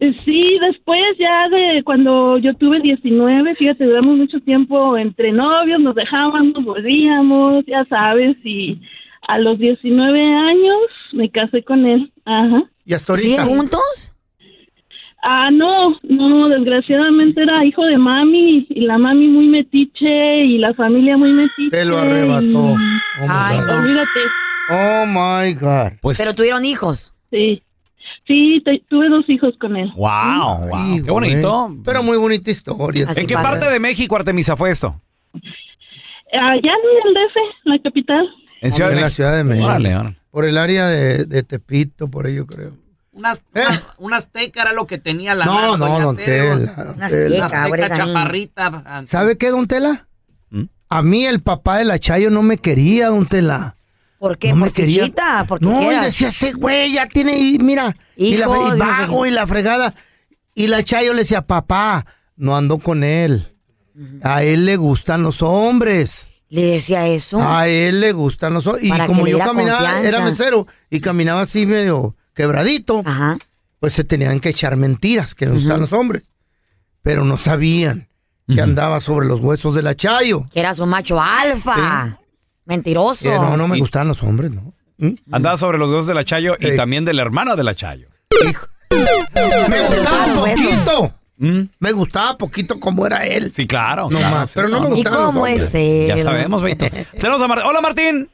S15: Eh, Sí, después ya de cuando yo tuve 19, fíjate, duramos mucho tiempo entre novios, nos dejábamos, volvíamos, ya sabes, y a los 19 años me casé con él. Ajá.
S4: ¿Y hasta ahorita?
S13: ¿Siguen juntos?
S15: Ah, no, no, desgraciadamente era hijo de mami, y la mami muy metiche, y la familia muy metiche.
S4: Te lo arrebató. Oh,
S15: Mm.
S4: my
S13: Ay,
S4: God. Pues
S13: no.
S15: Olvídate.
S4: Oh, my God.
S5: Pues,
S13: Pero tuvieron hijos.
S15: Sí, sí, te- tuve dos hijos con él.
S5: Wow, wow. Qué bonito.
S4: Pero muy bonita historia.
S5: ¿En qué parte de México, Artemisa, fue esto?
S15: Allá en el DF, en la capital.
S5: En Ciudad de
S4: la
S5: México.
S4: Ciudad de México.
S5: Órale, órale.
S4: Por el área de, de Tepito, por ahí yo creo.
S11: Unas, unas, unas teca era lo que tenía la
S4: ¿Eh? No,
S11: nana,
S4: no,
S11: doña
S4: don
S11: Tere,
S4: Tela,
S11: don-
S4: don
S11: Unas
S4: Tela.
S11: teca
S13: Cabres ahí.
S11: chaparrita.
S4: ¿Sabe qué, don Tela?
S5: ¿Mm?
S4: A mí el papá de la Chayo no me quería, don Tela.
S13: ¿Por qué?
S4: No
S13: ¿Por
S4: me quería.
S13: fichita? ¿Por qué
S4: No, él
S13: eras?
S4: decía, ese güey ya tiene, y mira, y, la,
S13: Hijos,
S4: y
S13: y no sé
S4: vago
S13: qué.
S4: y la fregada. Y la Chayo le decía, papá, no ando con él. A él le gustan los hombres.
S13: Le decía eso.
S4: A él le gustan los hombres.
S13: Para
S4: Y
S13: que
S4: como
S13: le
S4: yo
S13: diera
S4: caminaba, era
S13: confianza.
S4: mesero, y caminaba así medio quebradito, pues se tenían que echar mentiras que le gustan los hombres. Pero no sabían que andaba sobre los huesos de la Chayo.
S13: Que eras un macho alfa. Mentiroso.
S4: Que Eh, no, no me gustaban los hombres, ¿no?
S5: Andaba sobre los huesos de la Chayo y también de la hermana de la Chayo.
S4: Me gustaba poquito. Mm. Me gustaba poquito como era él.
S5: Sí, claro.
S4: No
S5: claro,
S4: más,
S5: sí,
S4: pero no me gustaban los hombres.
S5: Ya sabemos, Beto. Tenemos a Mar- Hola, Martín.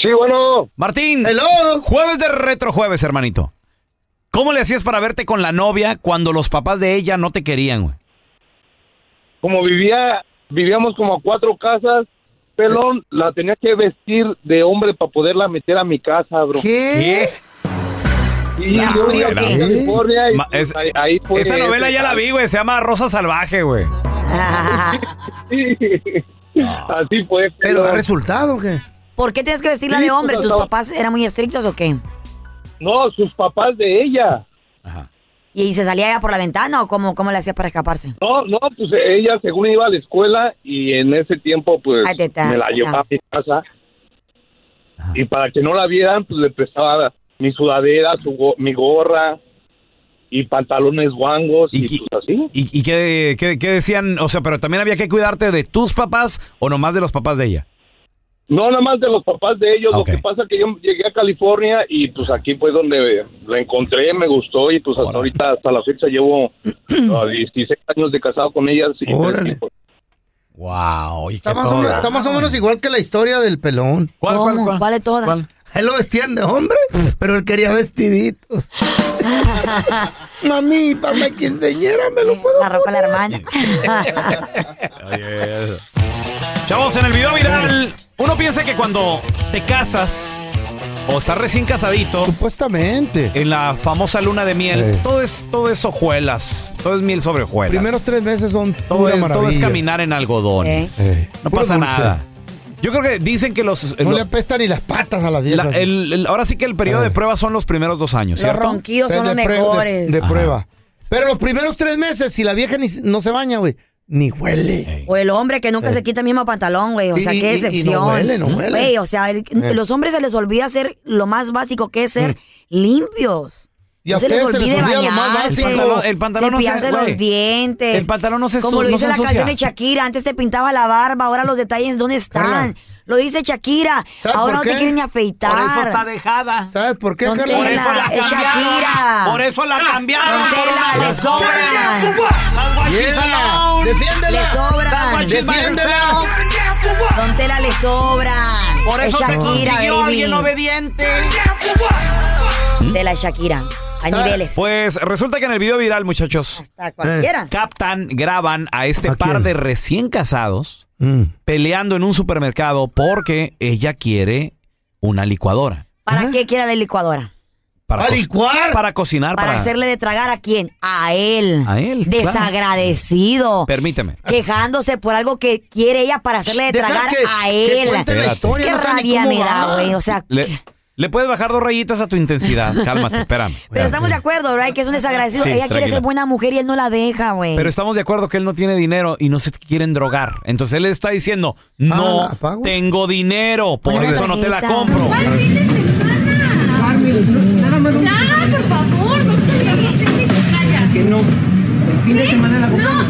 S7: Sí, bueno.
S5: Martín. Jueves de retrojueves, hermanito. ¿Cómo le hacías para verte con la novia cuando los papás de ella no te querían, güey?
S7: Como vivía vivíamos como a cuatro casas. Pelón, la tenía que vestir de hombre para poderla meter a mi casa, bro.
S5: ¿Qué?
S7: Sí,
S5: No,
S7: yo vivía
S5: güey,
S7: aquí en
S5: no.
S7: California y
S5: Ma- es-
S7: ahí, ahí fue
S5: Esa novela ya la vi, güey. Se llama Rosa Salvaje, güey.
S7: Así fue.
S4: Pero ha resultado, ¿qué?
S13: ¿Por qué tienes que vestirla
S7: Sí,
S13: de hombre?
S7: pues,
S13: ¿Tus
S7: hasta-
S13: papás eran muy estrictos o qué?
S7: No, sus papás de ella.
S13: ¿Y, y se salía ella por la ventana o cómo, cómo le hacía para escaparse?
S7: No, no, pues ella según iba a la escuela y en ese tiempo pues
S13: Ay, teta.
S7: me la llevaba
S13: Ah.
S7: a mi casa. Y para que no la vieran, pues le prestaba mi sudadera, su go- mi gorra y pantalones guangos y, pues así.
S5: ¿Y, y qué, qué- qué decían? O sea, pero también había que cuidarte de tus papás o nomás de los papás de ella.
S7: No, nada más de los papás de ellos.
S5: Ok.
S7: Lo que pasa que yo llegué a California y pues aquí fue donde la encontré, me gustó y pues hasta ahorita, hasta la fecha llevo ah, 16 años de casado con ella. sí, sí, pues.
S5: Wow.
S4: Está más, o menos, está más o menos igual que la historia del pelón.
S5: ¿Cuál,
S4: cuál, cuál?
S13: de todas?
S4: Él lo vestían de hombre, pero él quería vestiditos. Mami, para la quinceañera me lo puedo
S13: La ropa de la hermana.
S5: Chavos, en el video viral, uno piensa que cuando te casas o estás recién casadito.
S4: Supuestamente.
S5: En la famosa luna de miel,
S4: Sí.
S5: todo, es, todo es hojuelas. Todo es miel sobre hojuelas.
S4: Primeros tres meses son
S5: todo,
S4: pura
S5: es, todo es
S4: maravilla.
S5: caminar en algodones.
S4: Eh.
S5: No
S4: Puro
S5: pasa
S4: dulce.
S5: nada. Yo creo que dicen que los.
S4: No
S5: los-
S4: le apestan ni las patas a la vieja.
S5: la- el- el- ahora sí que el periodo de prueba son los primeros dos
S4: Los
S5: años, ¿cierto?
S13: ronquidos son los
S4: de prue- de-
S13: mejores.
S4: De,
S5: Ajá.
S4: prueba. Pero los primeros tres meses, si la vieja ni, no se baña, güey, ni huele.
S13: O el hombre que nunca
S4: Eh.
S13: se quita el mismo pantalón, güey. O
S4: Y-
S13: sea,
S4: y- y
S13: qué
S4: no
S13: excepción.
S4: huele, no huele.
S13: Güey, o sea, el-
S4: Eh.
S13: los hombres se les olvida ser lo más básico que es ser
S4: Mm.
S13: limpios.
S4: Y a ustedes se les olvida lo más
S13: bañarse,
S4: básico. El pantalón- el pantalón no se-
S13: cepillarse
S4: güey,
S13: los dientes.
S4: el pantalón no se estu-
S13: Como lo
S4: no
S13: dice
S4: se
S13: la
S4: ensucia.
S13: canción de Shakira, antes te pintaba la barba, ahora los detalles, ¿dónde están? Lo dice Shakira,
S4: ¿Sabes
S13: ahora no
S4: por
S13: te
S4: qué?
S13: quieren ni afeitar.
S5: dejada.
S4: ¿Sabes por qué, Carla?
S13: Por eso la Es cambiaron. Shakira. Por
S5: eso la cambiaron.
S13: Ah, Tela, le sobran.
S4: Yeah. Defiéndela.
S13: Le sobran.
S4: Defiéndela.
S13: Don Tela le sobran. es Shakira, baby.
S5: obediente.
S13: De la Shakira. A niveles.
S5: Pues resulta que en el video viral, muchachos, eh,
S13: A cualquiera.
S5: captan, graban a Mm. este par de recién casados peleando en un supermercado porque ella quiere una licuadora.
S13: ¿Para qué quiere la licuadora?
S5: Para co- Para cocinar.
S13: Para,
S5: Para,
S13: hacerle de tragar a quién? A él.
S5: A él, claro.
S13: Desagradecido.
S5: Permíteme.
S13: Quejándose por algo que quiere ella para hacerle de
S4: Deja
S13: tragar
S4: que-
S13: a
S4: que
S13: él.
S4: cuente la
S13: Es
S4: historia,
S13: que
S4: no sabe ni
S13: rabia
S4: cómo
S13: me da,
S4: va.
S13: güey. O sea,
S5: Le, le puedes bajar dos rayitas a tu intensidad. Cálmate, espérame.
S13: pero estamos de acuerdo, ¿verdad? Que es un desagradecido.
S5: Sí,
S13: ella quiere
S5: tranquila.
S13: ser buena mujer y él no la deja, güey.
S5: Pero estamos de acuerdo que él no tiene dinero y no se quieren drogar. Entonces él está diciendo, no
S4: la pago.
S5: tengo dinero, por
S4: Una
S5: eso no te la
S4: tarjeta.
S5: compro.
S16: Nada, por favor, no te callas. Que no. El fin de semana la compramos.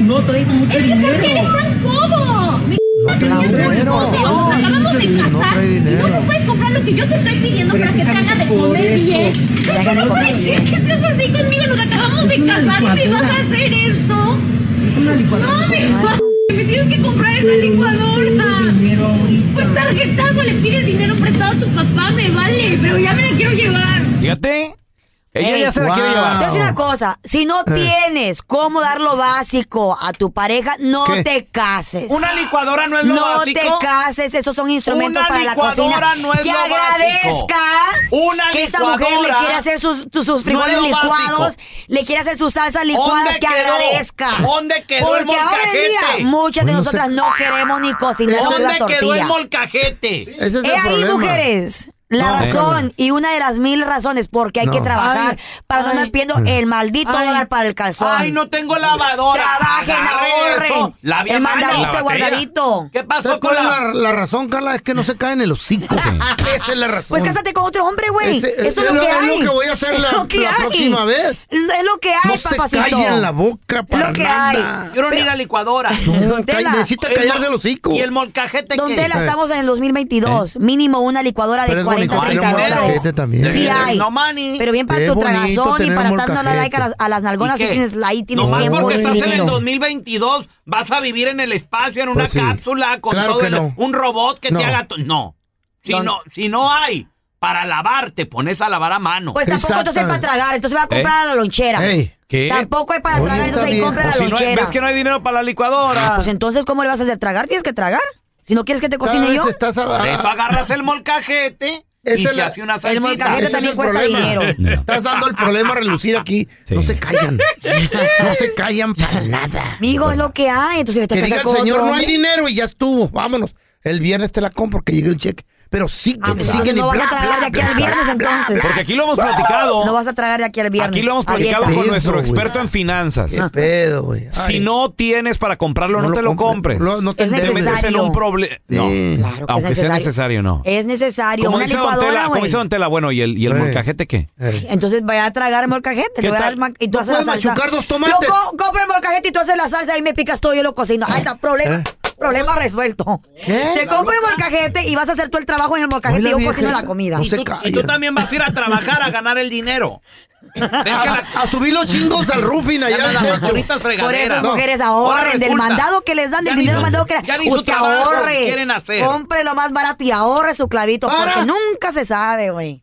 S16: No traigo mucho dinero. ¿Por qué eres tan bobo? Mi
S4: No trae dinero.
S16: Dios, nos acabamos de casar.
S4: No trae
S16: y no
S4: dinero.
S16: me puedes comprar lo que yo te estoy pidiendo para que te hagas de comer bien. Eso no puede ser que seas así conmigo. Nos acabamos de casar y me vas a hacer esto. Es una licuadora. No, me, me tienes que comprar esa licuadora. Pues tarjetazo le pides dinero prestado a tu papá, me vale. Pero ya me la quiero llevar.
S5: Fíjate. Ella
S13: Ey,
S5: ya se la quiere
S13: Te voy a
S5: llevar.
S13: decir una cosa, si no tienes cómo dar lo básico a tu pareja, no
S5: ¿Qué?
S13: te cases.
S5: ¿Una licuadora no es lo básico?
S13: No te cases, esos son instrumentos
S5: ¿Una
S13: para la
S5: licuadora
S13: cocina.
S5: no es
S13: que
S5: lo básico?
S13: agradezca
S5: Una
S13: que esa mujer le
S5: licuadora
S13: quiere hacer sus, tus- sus
S5: no es
S13: frijoles
S5: lo
S13: licuados,
S5: básico.
S13: le quiere hacer sus salsas licuadas,
S5: ¿Dónde
S13: que
S5: quedó?
S13: agradezca.
S5: ¿Dónde quedó el
S13: Porque ahora en
S5: molcajete?
S13: día muchas de
S5: Bueno,
S13: nosotras
S5: se-
S13: no queremos ni cocinar una tortilla.
S5: molcajete? Eh,
S4: Ese es
S13: He
S4: el
S13: Eh, ahí,
S4: problema.
S13: mujeres. La
S4: No,
S13: razón y una de las mil razones porque hay
S4: No. Mm.
S13: que trabajar para no andar pidiendo el maldito dólar para el calzón.
S5: Ay, no tengo lavadora.
S13: Trabajen,
S5: Agarre
S13: ahorren.
S5: eso. Lave a
S13: el
S5: mano.
S13: mandadito,
S5: La
S13: el
S5: batería.
S13: guardadito.
S5: ¿Qué
S4: ¿Sabes cuál es la, la razón, Carla? Es que no se cae en el hocico. Ah, Esa es la razón.
S13: Pues cásate con otro hombre, güey.
S4: Ese-
S13: Esto
S4: es
S13: es lo
S4: lo-
S13: que
S4: es
S13: hay.
S4: lo que voy a hacer la-
S13: Es lo que
S4: la
S13: hay.
S4: próxima vez.
S13: Es lo que hay,
S4: No se
S13: papacito.
S4: calla en la boca para
S13: Lo que
S4: nada.
S13: hay.
S5: Quiero ir a la licuadora.
S13: Don Tela.
S4: Necesita callarse el hocico.
S5: molcajete
S13: Don
S4: qué?
S13: Tela, estamos en el 2022. Mínimo una licuadora
S4: Pero
S13: de
S4: es
S13: 40,
S4: bonito
S13: 30
S4: tener un
S13: dólares.
S4: molcajete también.
S13: Sí
S4: Eh,
S13: hay.
S4: no
S13: Pero bien para
S4: Es
S13: tu
S4: bonito
S13: tragazón y
S4: tener
S13: para
S4: un
S13: estar dando
S4: molcajete.
S13: like a las, a las nalgonas.
S5: ¿Y
S13: sí
S5: qué?
S13: tienes, ahí tienes
S5: Nomás
S13: tiempo
S5: porque
S13: y
S5: estás en el
S13: dinero.
S5: 2022, vas a vivir en el espacio, en una
S4: Pues sí.
S5: cápsula, con
S4: Claro
S5: todo
S4: que
S5: el-
S4: no.
S5: un robot que
S4: No.
S5: te haga... to- No. Si
S4: No.
S5: no. si no hay
S11: Para lavar, te pones a lavar a mano.
S13: Pues tampoco entonces es para tragar, entonces va a comprar
S11: ¿Eh?
S13: a la lonchera.
S11: ¿Qué?
S13: Tampoco es para
S11: Oye,
S13: tragar, entonces ahí
S11: está
S13: compra
S11: bien.
S13: la
S11: Pues si no hay-
S13: lonchera.
S11: ves que no hay dinero para la
S13: Ah,
S11: licuadora.
S13: pues entonces, ¿cómo le vas a hacer tragar? Tienes que tragar. Si no quieres que te cocine yo.
S11: Por eso agarras el molcajete
S13: Ese
S11: y te
S13: la-
S11: hace una
S13: el
S11: salsita.
S13: molcajete Ese también es el cuesta
S4: problema. Estás dando el problema a relucir aquí. No se callan. No se callan para nada.
S13: Amigo, es lo que hay. Entonces vete
S4: Que
S13: a
S4: diga
S13: casar
S4: el
S13: con
S4: señor,
S13: otro
S4: no hay
S13: hombre.
S4: dinero y ya estuvo. Vámonos. El viernes te la compro porque llegue el cheque. Pero sí,
S13: Ah, pues
S4: sigue
S13: entonces no vas a tragar de aquí al viernes entonces.
S5: Porque aquí lo hemos platicado.
S13: No vas a tragar de aquí al viernes.
S5: Aquí lo hemos platicado
S13: Aviéntale.
S5: con nuestro experto en finanzas.
S4: ¿Qué pedo, güey?
S5: Si no tienes para comprarlo, no,
S4: No lo
S5: te lo compres.
S4: No, no te Es endeudes.
S5: metes en
S4: necesario.
S5: un problema. Eh, No,
S13: Claro que
S5: aunque
S13: es
S5: sea
S13: necesario.
S5: necesario, no.
S13: Es necesario.
S5: Como
S13: una
S5: dice, don
S13: licuadora,
S5: Tela, como
S13: güey.
S5: dice Don Tela, bueno, ¿y el, y el molcajete qué?
S4: Eh.
S13: Entonces vaya a tragar molcajete. Te voy a dar ma- y tú
S4: No
S13: haces la
S4: puedes
S13: salsa.
S4: machucar dos tomates.
S13: Yo co- compro el molcajete y tú haces la salsa y me picas todo y yo lo cocino. Ahí está,
S4: ¿Eh?
S13: problema. Problema resuelto. Te compro el molcajete y vas a hacer tú el trabajo en el molcajete y yo cocino la comida.
S11: Y tú, y tú también vas a ir a trabajar a ganar el dinero.
S4: A subir los chingos al roofing allá
S11: Ya
S4: al
S11: las
S4: techo.
S11: bajoritas
S13: Por
S11: fregaderas.
S13: eso,
S11: No.
S13: mujeres,
S11: Ahora
S13: ahorren del
S11: resulta,
S13: mandado que les dan, del
S11: ya ni
S13: dinero
S11: su-
S13: mandado que
S11: ya ni su
S13: Usted
S11: trabajo
S13: ahorre.
S11: quieren hacer.
S13: Compre lo más barato y ahorre su clavito, porque nunca se sabe, güey.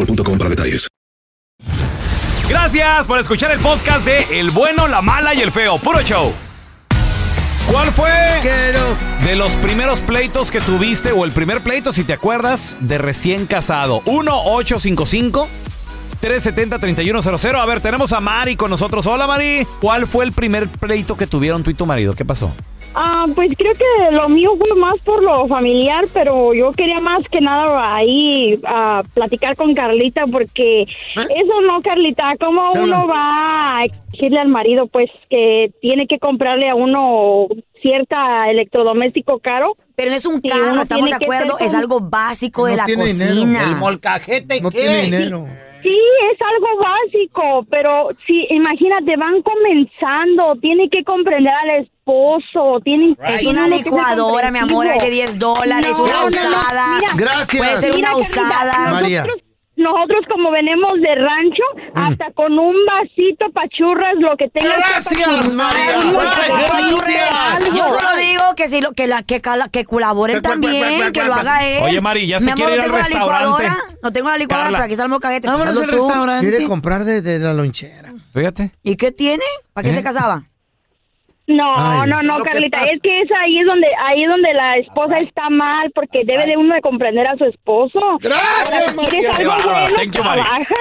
S6: para detalles.
S5: Gracias por escuchar el podcast de El Bueno, la Mala y el Feo. Puro show. ¿Cuál fue de los primeros pleitos que tuviste o el primer pleito, si te acuerdas, de recién casado? 1-855-370-3100. A ver, tenemos a Mari con nosotros. Hola, Mari. ¿Cuál fue el primer pleito que tuvieron tú y tu marido? ¿Qué pasó?
S9: Ah, pues creo que lo mío fue más por lo familiar, pero yo quería más que nada ahí ah, platicar con Carlita, porque eso no, Carlita, ¿cómo uno va a exigirle al marido pues que tiene que comprarle a uno cierta electrodoméstico caro?
S13: Pero no es un carro, estamos de acuerdo, es algo básico de la cocina.
S11: El molcajete, ¿qué?
S9: Sí, es algo básico, pero sí, imagínate, van comenzando, tienen que comprender al esposo, tienen
S13: Es una
S9: tienen que ser
S13: licuadora, mi amor, hay de 10 dólares,
S9: No,
S13: una
S9: no, no,
S13: usada.
S9: mira,
S13: Gracias. Puede ser una
S9: Carlita,
S13: usada. María. Mm.
S9: Nosotros, nosotros como venimos de rancho, hasta con un vasito pachurras, lo que tengas que pachurrar, lo que tengas que pachurrar,
S13: Yo
S9: algo.
S13: solo digo que sí, lo- que, la, que, cala- que colaboren también, que lo haga él.
S5: Oye, Mari, ya se
S13: Mi amor,
S5: quiere
S13: no
S5: ir al
S13: tengo la
S5: restaurante.
S13: licuadora, No tengo la licuadora,
S5: Carla.
S13: pero aquí está el molcajete.
S5: Vámonos
S13: Hazlo
S5: al
S13: tú.
S5: restaurante.
S4: Quiere comprar desde la lonchera.
S5: Fíjate.
S13: ¿Y qué tiene? ¿Para qué
S4: ¿Eh?
S13: se casaba?
S9: No,
S4: Ay.
S9: no, no,
S13: Lo que
S9: Carlita,
S13: pasa-
S9: es que es ahí es donde ahí es donde la esposa está mal porque debe de uno de comprender a su esposo.
S13: Gracias,
S9: Ahora, si quieres
S13: María.
S9: algo
S13: Qué bárbara.
S9: bueno,
S13: Thank you, Mari.
S9: trabaja,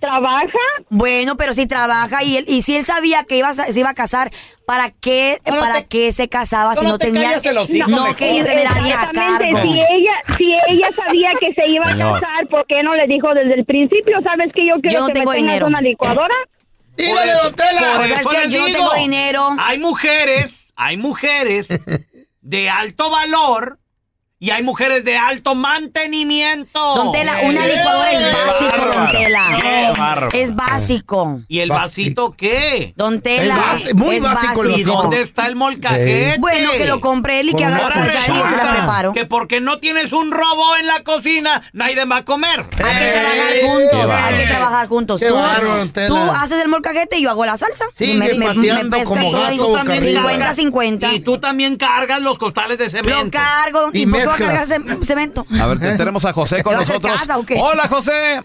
S9: trabaja.
S13: Bueno, pero si trabaja y él, y si él sabía que iba a, se iba a casar, ¿para qué, para qué se casaba si
S9: Solo
S13: no
S9: te
S13: tenía,
S9: callas el hocico
S13: no
S9: mejor.
S13: quería tener a alguien a
S9: Exactamente, Si
S13: cargo?
S9: ella, si ella sabía que se iba a
S13: Señor.
S9: casar, ¿por qué no le dijo desde el principio? ¿Sabes que yo quiero
S13: no
S9: que
S13: tengo
S9: me tengas
S13: dinero.
S9: una licuadora?
S11: Por eso- por eso les digo,
S13: dinero.
S11: Hay mujeres, hay mujeres de alto valor y hay mujeres de alto mantenimiento.
S13: Don Tela, una licuadora es básico, Don Tela.
S11: Qué bárbaro.
S13: Es básico.
S11: ¿Y el vasito qué?
S13: Don Tela,
S11: Es bas-
S13: muy es básico el
S11: ¿Y
S13: vasito.
S11: dónde está el molcajete?
S13: Bueno, que lo compre él y que haga la
S11: Ahora
S13: salsa él y yo se la
S11: resulta
S13: preparo.
S11: Que porque no tienes un robot en la cocina, nadie va a comer.
S13: Hay que trabajar juntos, hay que trabajar juntos.
S11: Qué
S13: Tú,
S11: bárbaro, don Tela.
S13: tú haces el molcajete y yo hago la salsa.
S11: Sí,
S13: me,
S11: y
S13: me, me
S11: pateando
S13: pescas
S11: como
S13: todo ahí.
S11: gato, Carlita.
S13: 50, 50.
S11: Y tú también cargas los costales de cemento.
S13: Lo cargo, don- ¿Y, por qué voy a cargar ce- cemento?
S5: A ver, te- tenemos a José con
S13: ¿Le vas a hacer
S5: nosotros.
S13: casa o qué?
S5: Hola, José.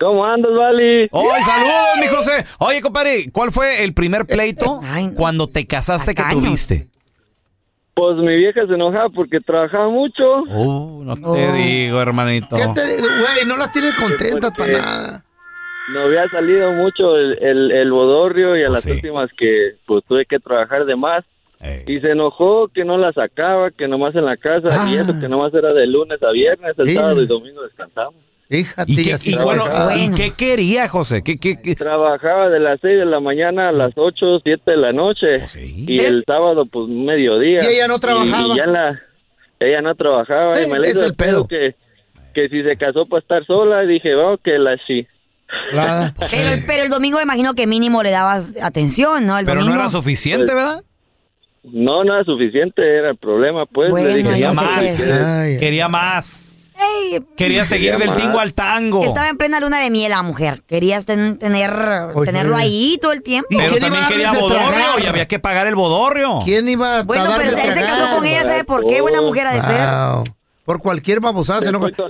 S17: ¿Cómo andas, Vali?
S5: ¡Hoy, saludos, mi José! Oye, compadre, ¿cuál fue el primer pleito cuando te casaste que tuviste?
S17: Pues mi vieja se enojaba porque trabajaba mucho.
S5: Uh, no te digo, hermanito.
S4: Güey, no las tienes contentas para
S5: eh,
S4: nada.
S17: No había salido mucho el, el, el bodorrio
S4: Oh,
S17: y a las últimas que pues tuve que trabajar de más. Y se enojó que no la sacaba, que nomás en la casa, y
S4: Ah.
S17: eso que nomás era de lunes a viernes, el
S5: Sí.
S17: sábado y domingo descansamos.
S4: Fíjate,
S5: ¿Y qué, y bueno, ¿y qué quería, José? ¿Qué, qué, qué?
S17: Trabajaba de las 6 de la mañana a las 8, 7 de la noche. Y el sábado, pues, mediodía.
S4: Oh, Y ella no trabajaba. Eh,
S17: Y ya en la- ella no trabajaba. y me le
S4: es
S17: hizo
S4: el pedo.
S17: Que, que si se casó para estar sola, dije, vamos, que la sí.
S13: Pero, pero el domingo me imagino que mínimo le dabas atención, ¿no? El domingo.
S5: suficiente, ¿verdad?
S17: Pues, No, no era suficiente, era el problema, pues.
S5: Bueno,
S17: le dije,
S5: quería
S17: no,
S5: más.
S17: pues, que-
S5: Quería más.
S13: Ey,
S5: Quería seguir del tingo al tango.
S13: Ah. Estaba en plena luna de miel la mujer. Querías ten- tener,
S5: Oye.
S13: tenerlo ahí todo el tiempo.
S5: Pero también quería bodorrio y había que pagar el bodorrio.
S4: ¿Quién iba a
S13: Bueno, pero él se casó con ella, ¿sabe por qué?
S17: Oh,
S13: Buena mujer ha de ser.
S4: ser. Por cualquier babosada se enoja.
S17: Después,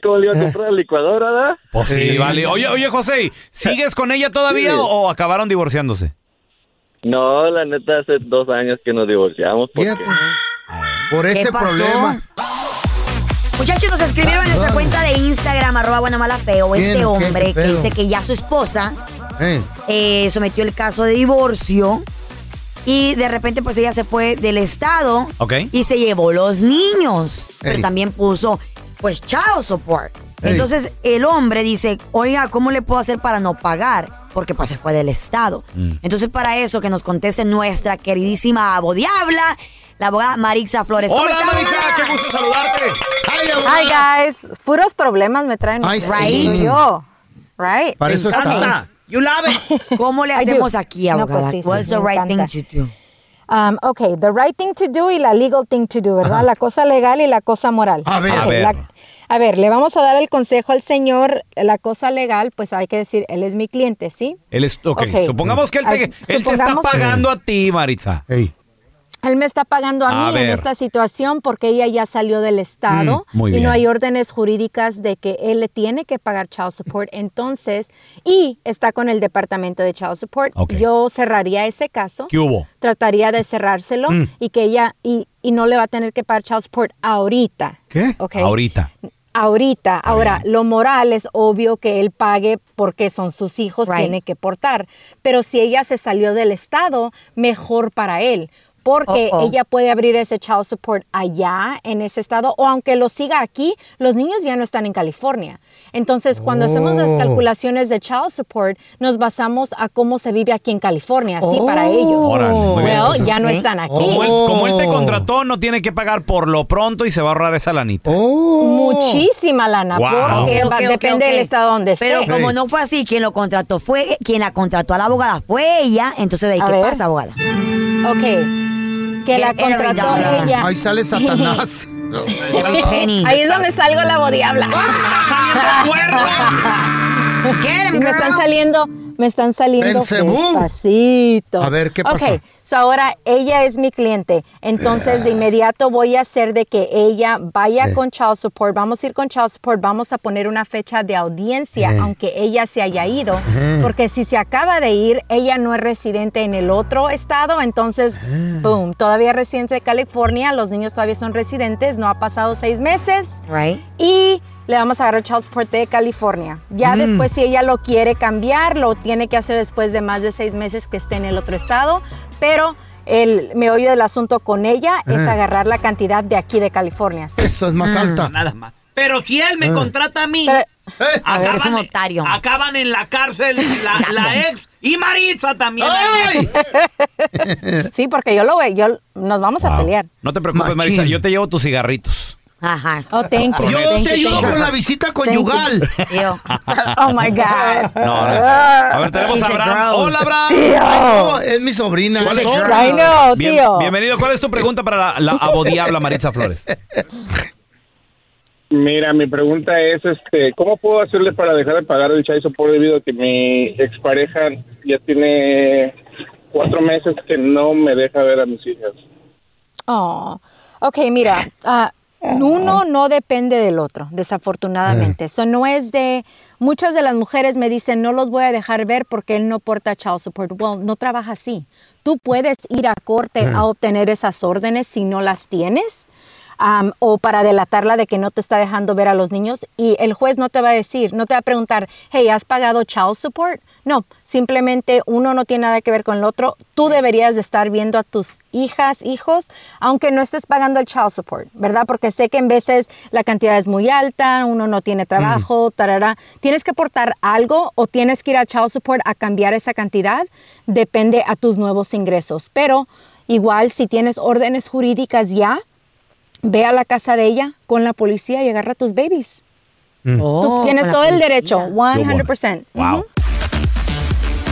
S17: ¿cómo le
S4: Eh.
S17: iba a comprar la licuadora, da?
S5: Pues sí, vale. Oye, oye, José, ¿sigues con ella todavía
S17: Sí.
S5: o- o acabaron divorciándose?
S17: No, la neta, hace dos años que nos divorciamos. Porque...
S4: Por
S13: ¿Qué ese pasó? problema. Muchachos, nos escribieron en nuestra cuenta de Instagram, arroba Guanamala Feo,
S4: ¿Quién?
S13: este
S4: ¿Qué?
S13: hombre
S4: ¿Qué
S13: que
S4: pedo?
S13: dice que ya su esposa
S4: Eh,
S13: eh, sometió el caso de divorcio y de repente pues ella se fue del estado
S5: Ok.
S13: y se llevó los niños, pero
S5: Ey.
S13: también puso pues child support.
S5: Ey.
S13: Entonces el hombre dice, oiga, ¿cómo le puedo hacer para no pagar? Porque pues se fue del estado.
S16: Mm.
S13: Entonces para eso que nos conteste nuestra queridísima abodiabla, la abogada Marixa Flores. ¿Cómo
S16: Hola,
S13: estás,
S16: Marixa,
S13: abogada?
S16: qué gusto saludarte.
S14: Hi guys, puros problemas me traen
S13: Ay, sí.
S14: ustedes, no yo, right?
S13: Para Me eso encanta. estamos.
S14: You love it.
S13: ¿Cómo le hacemos aquí,
S14: pues
S13: abogada? What's the right thing to do?
S14: Um, ok, the right thing to do y la legal thing to do, ¿verdad? La cosa legal y la cosa moral.
S16: A ver.
S14: Ok,
S16: A ver.
S14: la- a ver, le vamos a dar el consejo al señor. La cosa legal, pues hay que decir, él es mi cliente, ¿sí?
S5: Él es, ok,
S14: Ok.
S5: supongamos que él te,
S14: Ay,
S5: él te está
S14: supongamos-
S5: pagando a ti, Maritza.
S14: Él me está pagando a mí
S5: A
S14: en
S5: ver.
S14: esta situación porque ella ya salió del estado
S5: Mm, muy
S14: y no
S5: bien.
S14: hay órdenes jurídicas de que él le tiene que pagar child support. Entonces, y está con el departamento de child support.
S16: Ok.
S14: Yo cerraría ese caso.
S16: ¿Qué hubo?
S14: Trataría de cerrárselo
S16: Mm.
S14: y que ella y, y no le va a tener que pagar child support ahorita.
S4: ¿Qué?
S14: Ok.
S5: Ahorita.
S14: Ahorita, ahora, lo moral es obvio que él pague porque son sus hijos,
S13: Right.
S14: tiene que portar. Pero si ella se salió del estado, mejor para él. Porque
S13: Uh-oh.
S14: ella puede abrir ese child support allá, en ese estado, o aunque lo siga aquí, los niños ya no están en California. Entonces, cuando hacemos las
S16: Oh.
S14: calculaciones de child support, nos basamos a cómo se vive aquí en California, así para
S5: Oh.
S14: ellos.
S5: Órale, muy bien,
S14: Well,
S5: entonces,
S14: ya no
S5: ¿eh?
S14: están aquí.
S5: Como él, como él te
S4: Oh.
S5: contrató, no tiene que pagar por lo pronto y se va a ahorrar esa lanita.
S4: Oh,
S14: Muchísima lana,
S5: Wow.
S14: porque
S5: Ok,
S14: va-
S13: ok, ok,
S14: depende
S13: ok.
S14: del estado donde esté.
S13: Pero como no fue así, quien lo contrató fue, quien la contrató a la abogada fue ella, entonces de ahí
S14: A
S13: qué
S14: ver.
S13: pasa, abogada.
S14: Ok. Que la
S13: Get every
S14: contrató
S13: dollar.
S14: ella.
S4: Ahí sale Satanás.
S13: Penny.
S14: Ahí es donde salgo la bodiabla.
S13: Get him,
S14: me están
S13: girl.
S14: saliendo, me están saliendo
S4: Belcebú.
S14: despacito.
S4: A ver, ¿qué pasó?
S14: Ok, so ahora ella es mi cliente. Entonces, de inmediato voy a hacer de que ella vaya
S16: Eh.
S14: con child support. Vamos a ir con child support. Vamos a poner una fecha de audiencia,
S16: Eh.
S14: aunque ella se haya ido.
S16: Ajá.
S14: Porque si se acaba de ir, ella no es residente en el otro estado. Entonces,
S4: Ah.
S14: boom, todavía es residente de California. Los niños todavía son residentes. No ha pasado seis meses
S13: Right.
S14: y le vamos a agarrar child support de California. Ya
S13: Mm.
S14: después, si ella lo quiere cambiar, lo tiene que hacer después de más de seis meses que esté en el otro estado, pero el meollo del asunto con ella es
S4: Ah.
S14: agarrar la cantidad de aquí de California. ¿sí?
S4: Eso es
S5: Mm.
S14: Ah.
S4: más alta.
S11: Nada más. Pero si él me
S4: Eh.
S11: contrata a mí,
S13: ver, es un
S11: acaban, acaban en la cárcel la, la ex y Maritza también.
S14: Sí, porque yo lo voy, yo nos vamos a pelear.
S5: No te preocupes, Maritza, yo te llevo tus cigarritos.
S13: Ajá.
S14: Oh, thank you.
S5: Yo
S14: thank
S5: te
S14: you,
S5: ayudo
S14: thank you.
S5: con la
S4: visita
S14: Thank you.
S5: conyugal.
S14: Oh my God.
S5: No, no. A ver, tenemos a Abraham. Hola, Abraham.
S4: Ah. Ay, no, es mi sobrina.
S5: ¿Cuál es-
S4: Ay, no,
S5: Bien-
S4: tío.
S5: bienvenido. ¿Cuál es tu pregunta para la, la abodiabla Maritza Flores?
S18: Mira, mi pregunta es, este, ¿cómo puedo hacerle para dejar de pagar el child support debido a que mi expareja ya tiene cuatro meses que no me deja ver a mis hijas?
S14: Oh, ok, mira, ah, Uno no depende del otro, desafortunadamente. Eso no es de... Muchas de las mujeres me dicen, no los voy a dejar ver porque él no porta child support. Well, no trabaja así. Tú puedes ir a corte
S19: Ah.
S14: a obtener esas órdenes si no las tienes am, o para delatarla de que no te está dejando ver a los niños y el juez no te va a decir, no te va a preguntar, hey, ¿has pagado child support? No, simplemente uno no tiene nada que ver con el otro. Tú deberías de estar viendo a tus hijas, hijos, aunque no estés pagando el child support, ¿verdad? Porque sé que en veces la cantidad es muy alta, uno no tiene trabajo, tarará. Tienes que aportar algo o tienes que ir a child support a cambiar esa cantidad, depende a tus nuevos ingresos. Pero igual si tienes órdenes jurídicas ya, ve a la casa de ella con la policía y agarra a tus babies.
S13: Oh,
S14: Tú tienes todo el derecho, 100%. Ujú.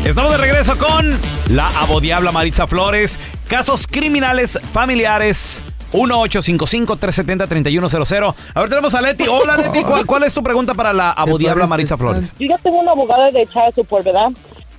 S5: Estamos de regreso con la abodiabla Maritza Flores. Casos criminales familiares. 1-855-370-3100. A ver, tenemos a Leti. Hola, Leti. ¿Cuál, cuál es tu pregunta para la abodiabla Maritza Flores?
S20: Yo ya tengo una abogada de child support, ¿verdad?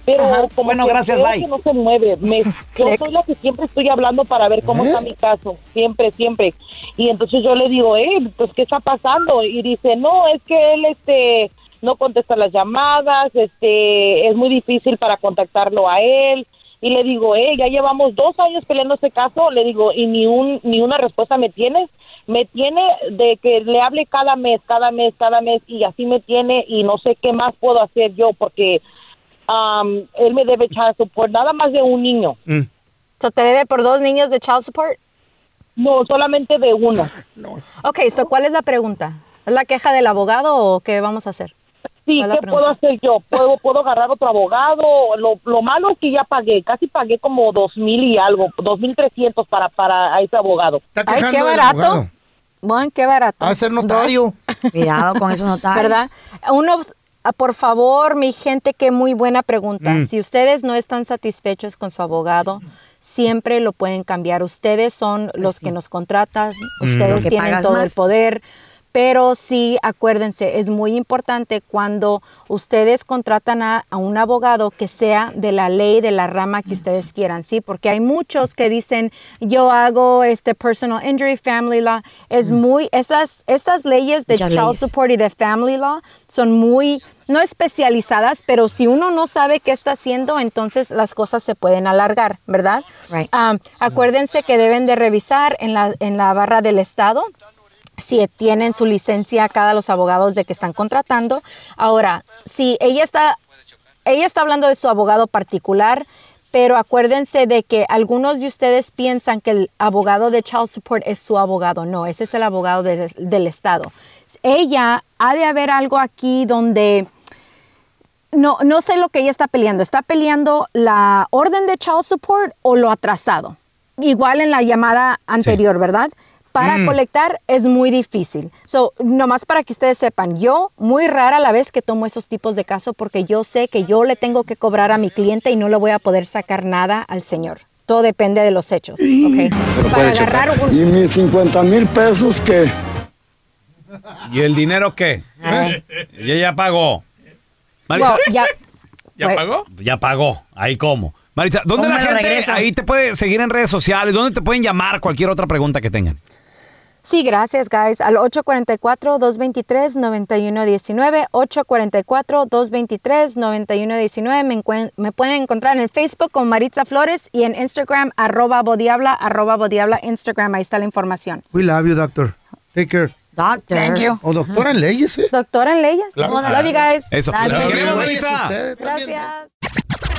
S20: Pero como
S5: Bueno,
S20: que
S5: gracias,
S20: veo
S5: bye.
S20: que no se mueve. Me- yo
S5: Click.
S20: soy la que siempre estoy hablando para ver cómo está mi caso. Siempre, siempre. Y entonces yo le digo, eh, pues, ¿qué está pasando? Y dice, no, es que él, este, no contesta las llamadas, este, es muy difícil para contactarlo a él. Y le digo, eh, ya llevamos dos años peleando este caso. Le digo, y ni, un, ni una respuesta me tienes me tiene de que le hable cada mes, cada mes, cada mes y así me tiene y no sé qué más puedo hacer yo porque am, Um, él me debe echar por nada más de un niño.
S5: Mm.
S14: So, ¿Te debe por dos niños de child support?
S20: No, solamente de uno.
S14: Ok, so, ¿cuál es la pregunta? ¿Es la queja del abogado o qué vamos a hacer?
S20: Sí,
S14: ¿Cuál es la
S20: ¿qué
S14: pregunta?
S20: puedo hacer yo? ¿Puedo, puedo agarrar otro abogado? Lo, lo malo es que ya pagué, casi pagué como dos mil y algo, dos mil trescientos para, para a ese abogado.
S14: Ay, qué barato. Bueno, qué barato.
S20: A ser notario.
S13: Cuidado con esos notarios.
S14: ¿Verdad? Uno, ah, por favor, mi gente, qué muy buena pregunta.
S13: Mm.
S14: Si ustedes no están satisfechos con su abogado, siempre lo pueden cambiar. Ustedes son los que nos contratan,
S13: Pues Mm.
S14: ustedes
S13: Que
S14: tienen
S13: pagas
S14: todo el
S13: más.
S14: poder. Pero sí, acuérdense, es muy importante cuando ustedes contratan a, a un abogado que sea de la ley, de la rama que ustedes quieran, ¿sí? Porque hay muchos que dicen, yo hago este personal injury, family law. Es muy, esas, esas leyes de
S13: Muchas
S14: child
S13: leyes.
S14: support y de family law son muy, no especializadas, pero si uno no sabe qué está haciendo, entonces las cosas se pueden alargar, ¿verdad?
S13: Right.
S14: Um, acuérdense que deben de revisar en la, en la barra del Estado si tienen su licencia cada los abogados de que están contratando. Ahora, si ella está, ella está hablando de su abogado particular, pero acuérdense de que algunos de ustedes piensan que el abogado de child support es su abogado. No, ese es el abogado de- del Estado. Ella ha de haber algo aquí donde no, no sé lo que ella está peleando. ¿Está peleando la orden de child support o lo atrasado? Igual en la llamada anterior, ¿verdad? Para
S21: Mm.
S14: colectar es muy difícil. So, nomás para que ustedes sepan, yo muy rara la vez que tomo esos tipos de casos porque yo sé que yo le tengo que cobrar a mi cliente y no le voy a poder sacar nada al señor. Todo depende de los hechos. ¿ok? Para agarrar un-
S22: Y mis 50 mil pesos que...
S5: ¿Y el dinero qué? ¿Eh? Ella ya pagó. Maritza,
S14: Well, ya- Pues-
S5: ¿Ya pagó? Ya pagó. Ahí cómo. Maritza, ¿dónde
S14: ¿Cómo
S5: la
S14: me
S5: gente
S14: regresa?
S5: ahí te puede seguir en redes sociales? ¿Dónde te pueden llamar cualquier otra pregunta que tengan?
S14: Sí, gracias, guys. Al 844-223-9119. 844-223-9119. Me, encuen- me pueden encontrar en Facebook con Maritza Flores y en Instagram, arroba bodiabla, arroba bodiabla Instagram. Ahí está la información.
S4: We love you, doctor. Take care.
S14: Doctor. Thank you.
S4: O doctora en leyes, ¿eh?
S14: Doctora en leyes.
S4: Claro.
S14: Love you guys.
S4: Eso.
S14: Love
S4: Love
S14: you.
S4: you,
S13: Maritza.
S14: Gracias.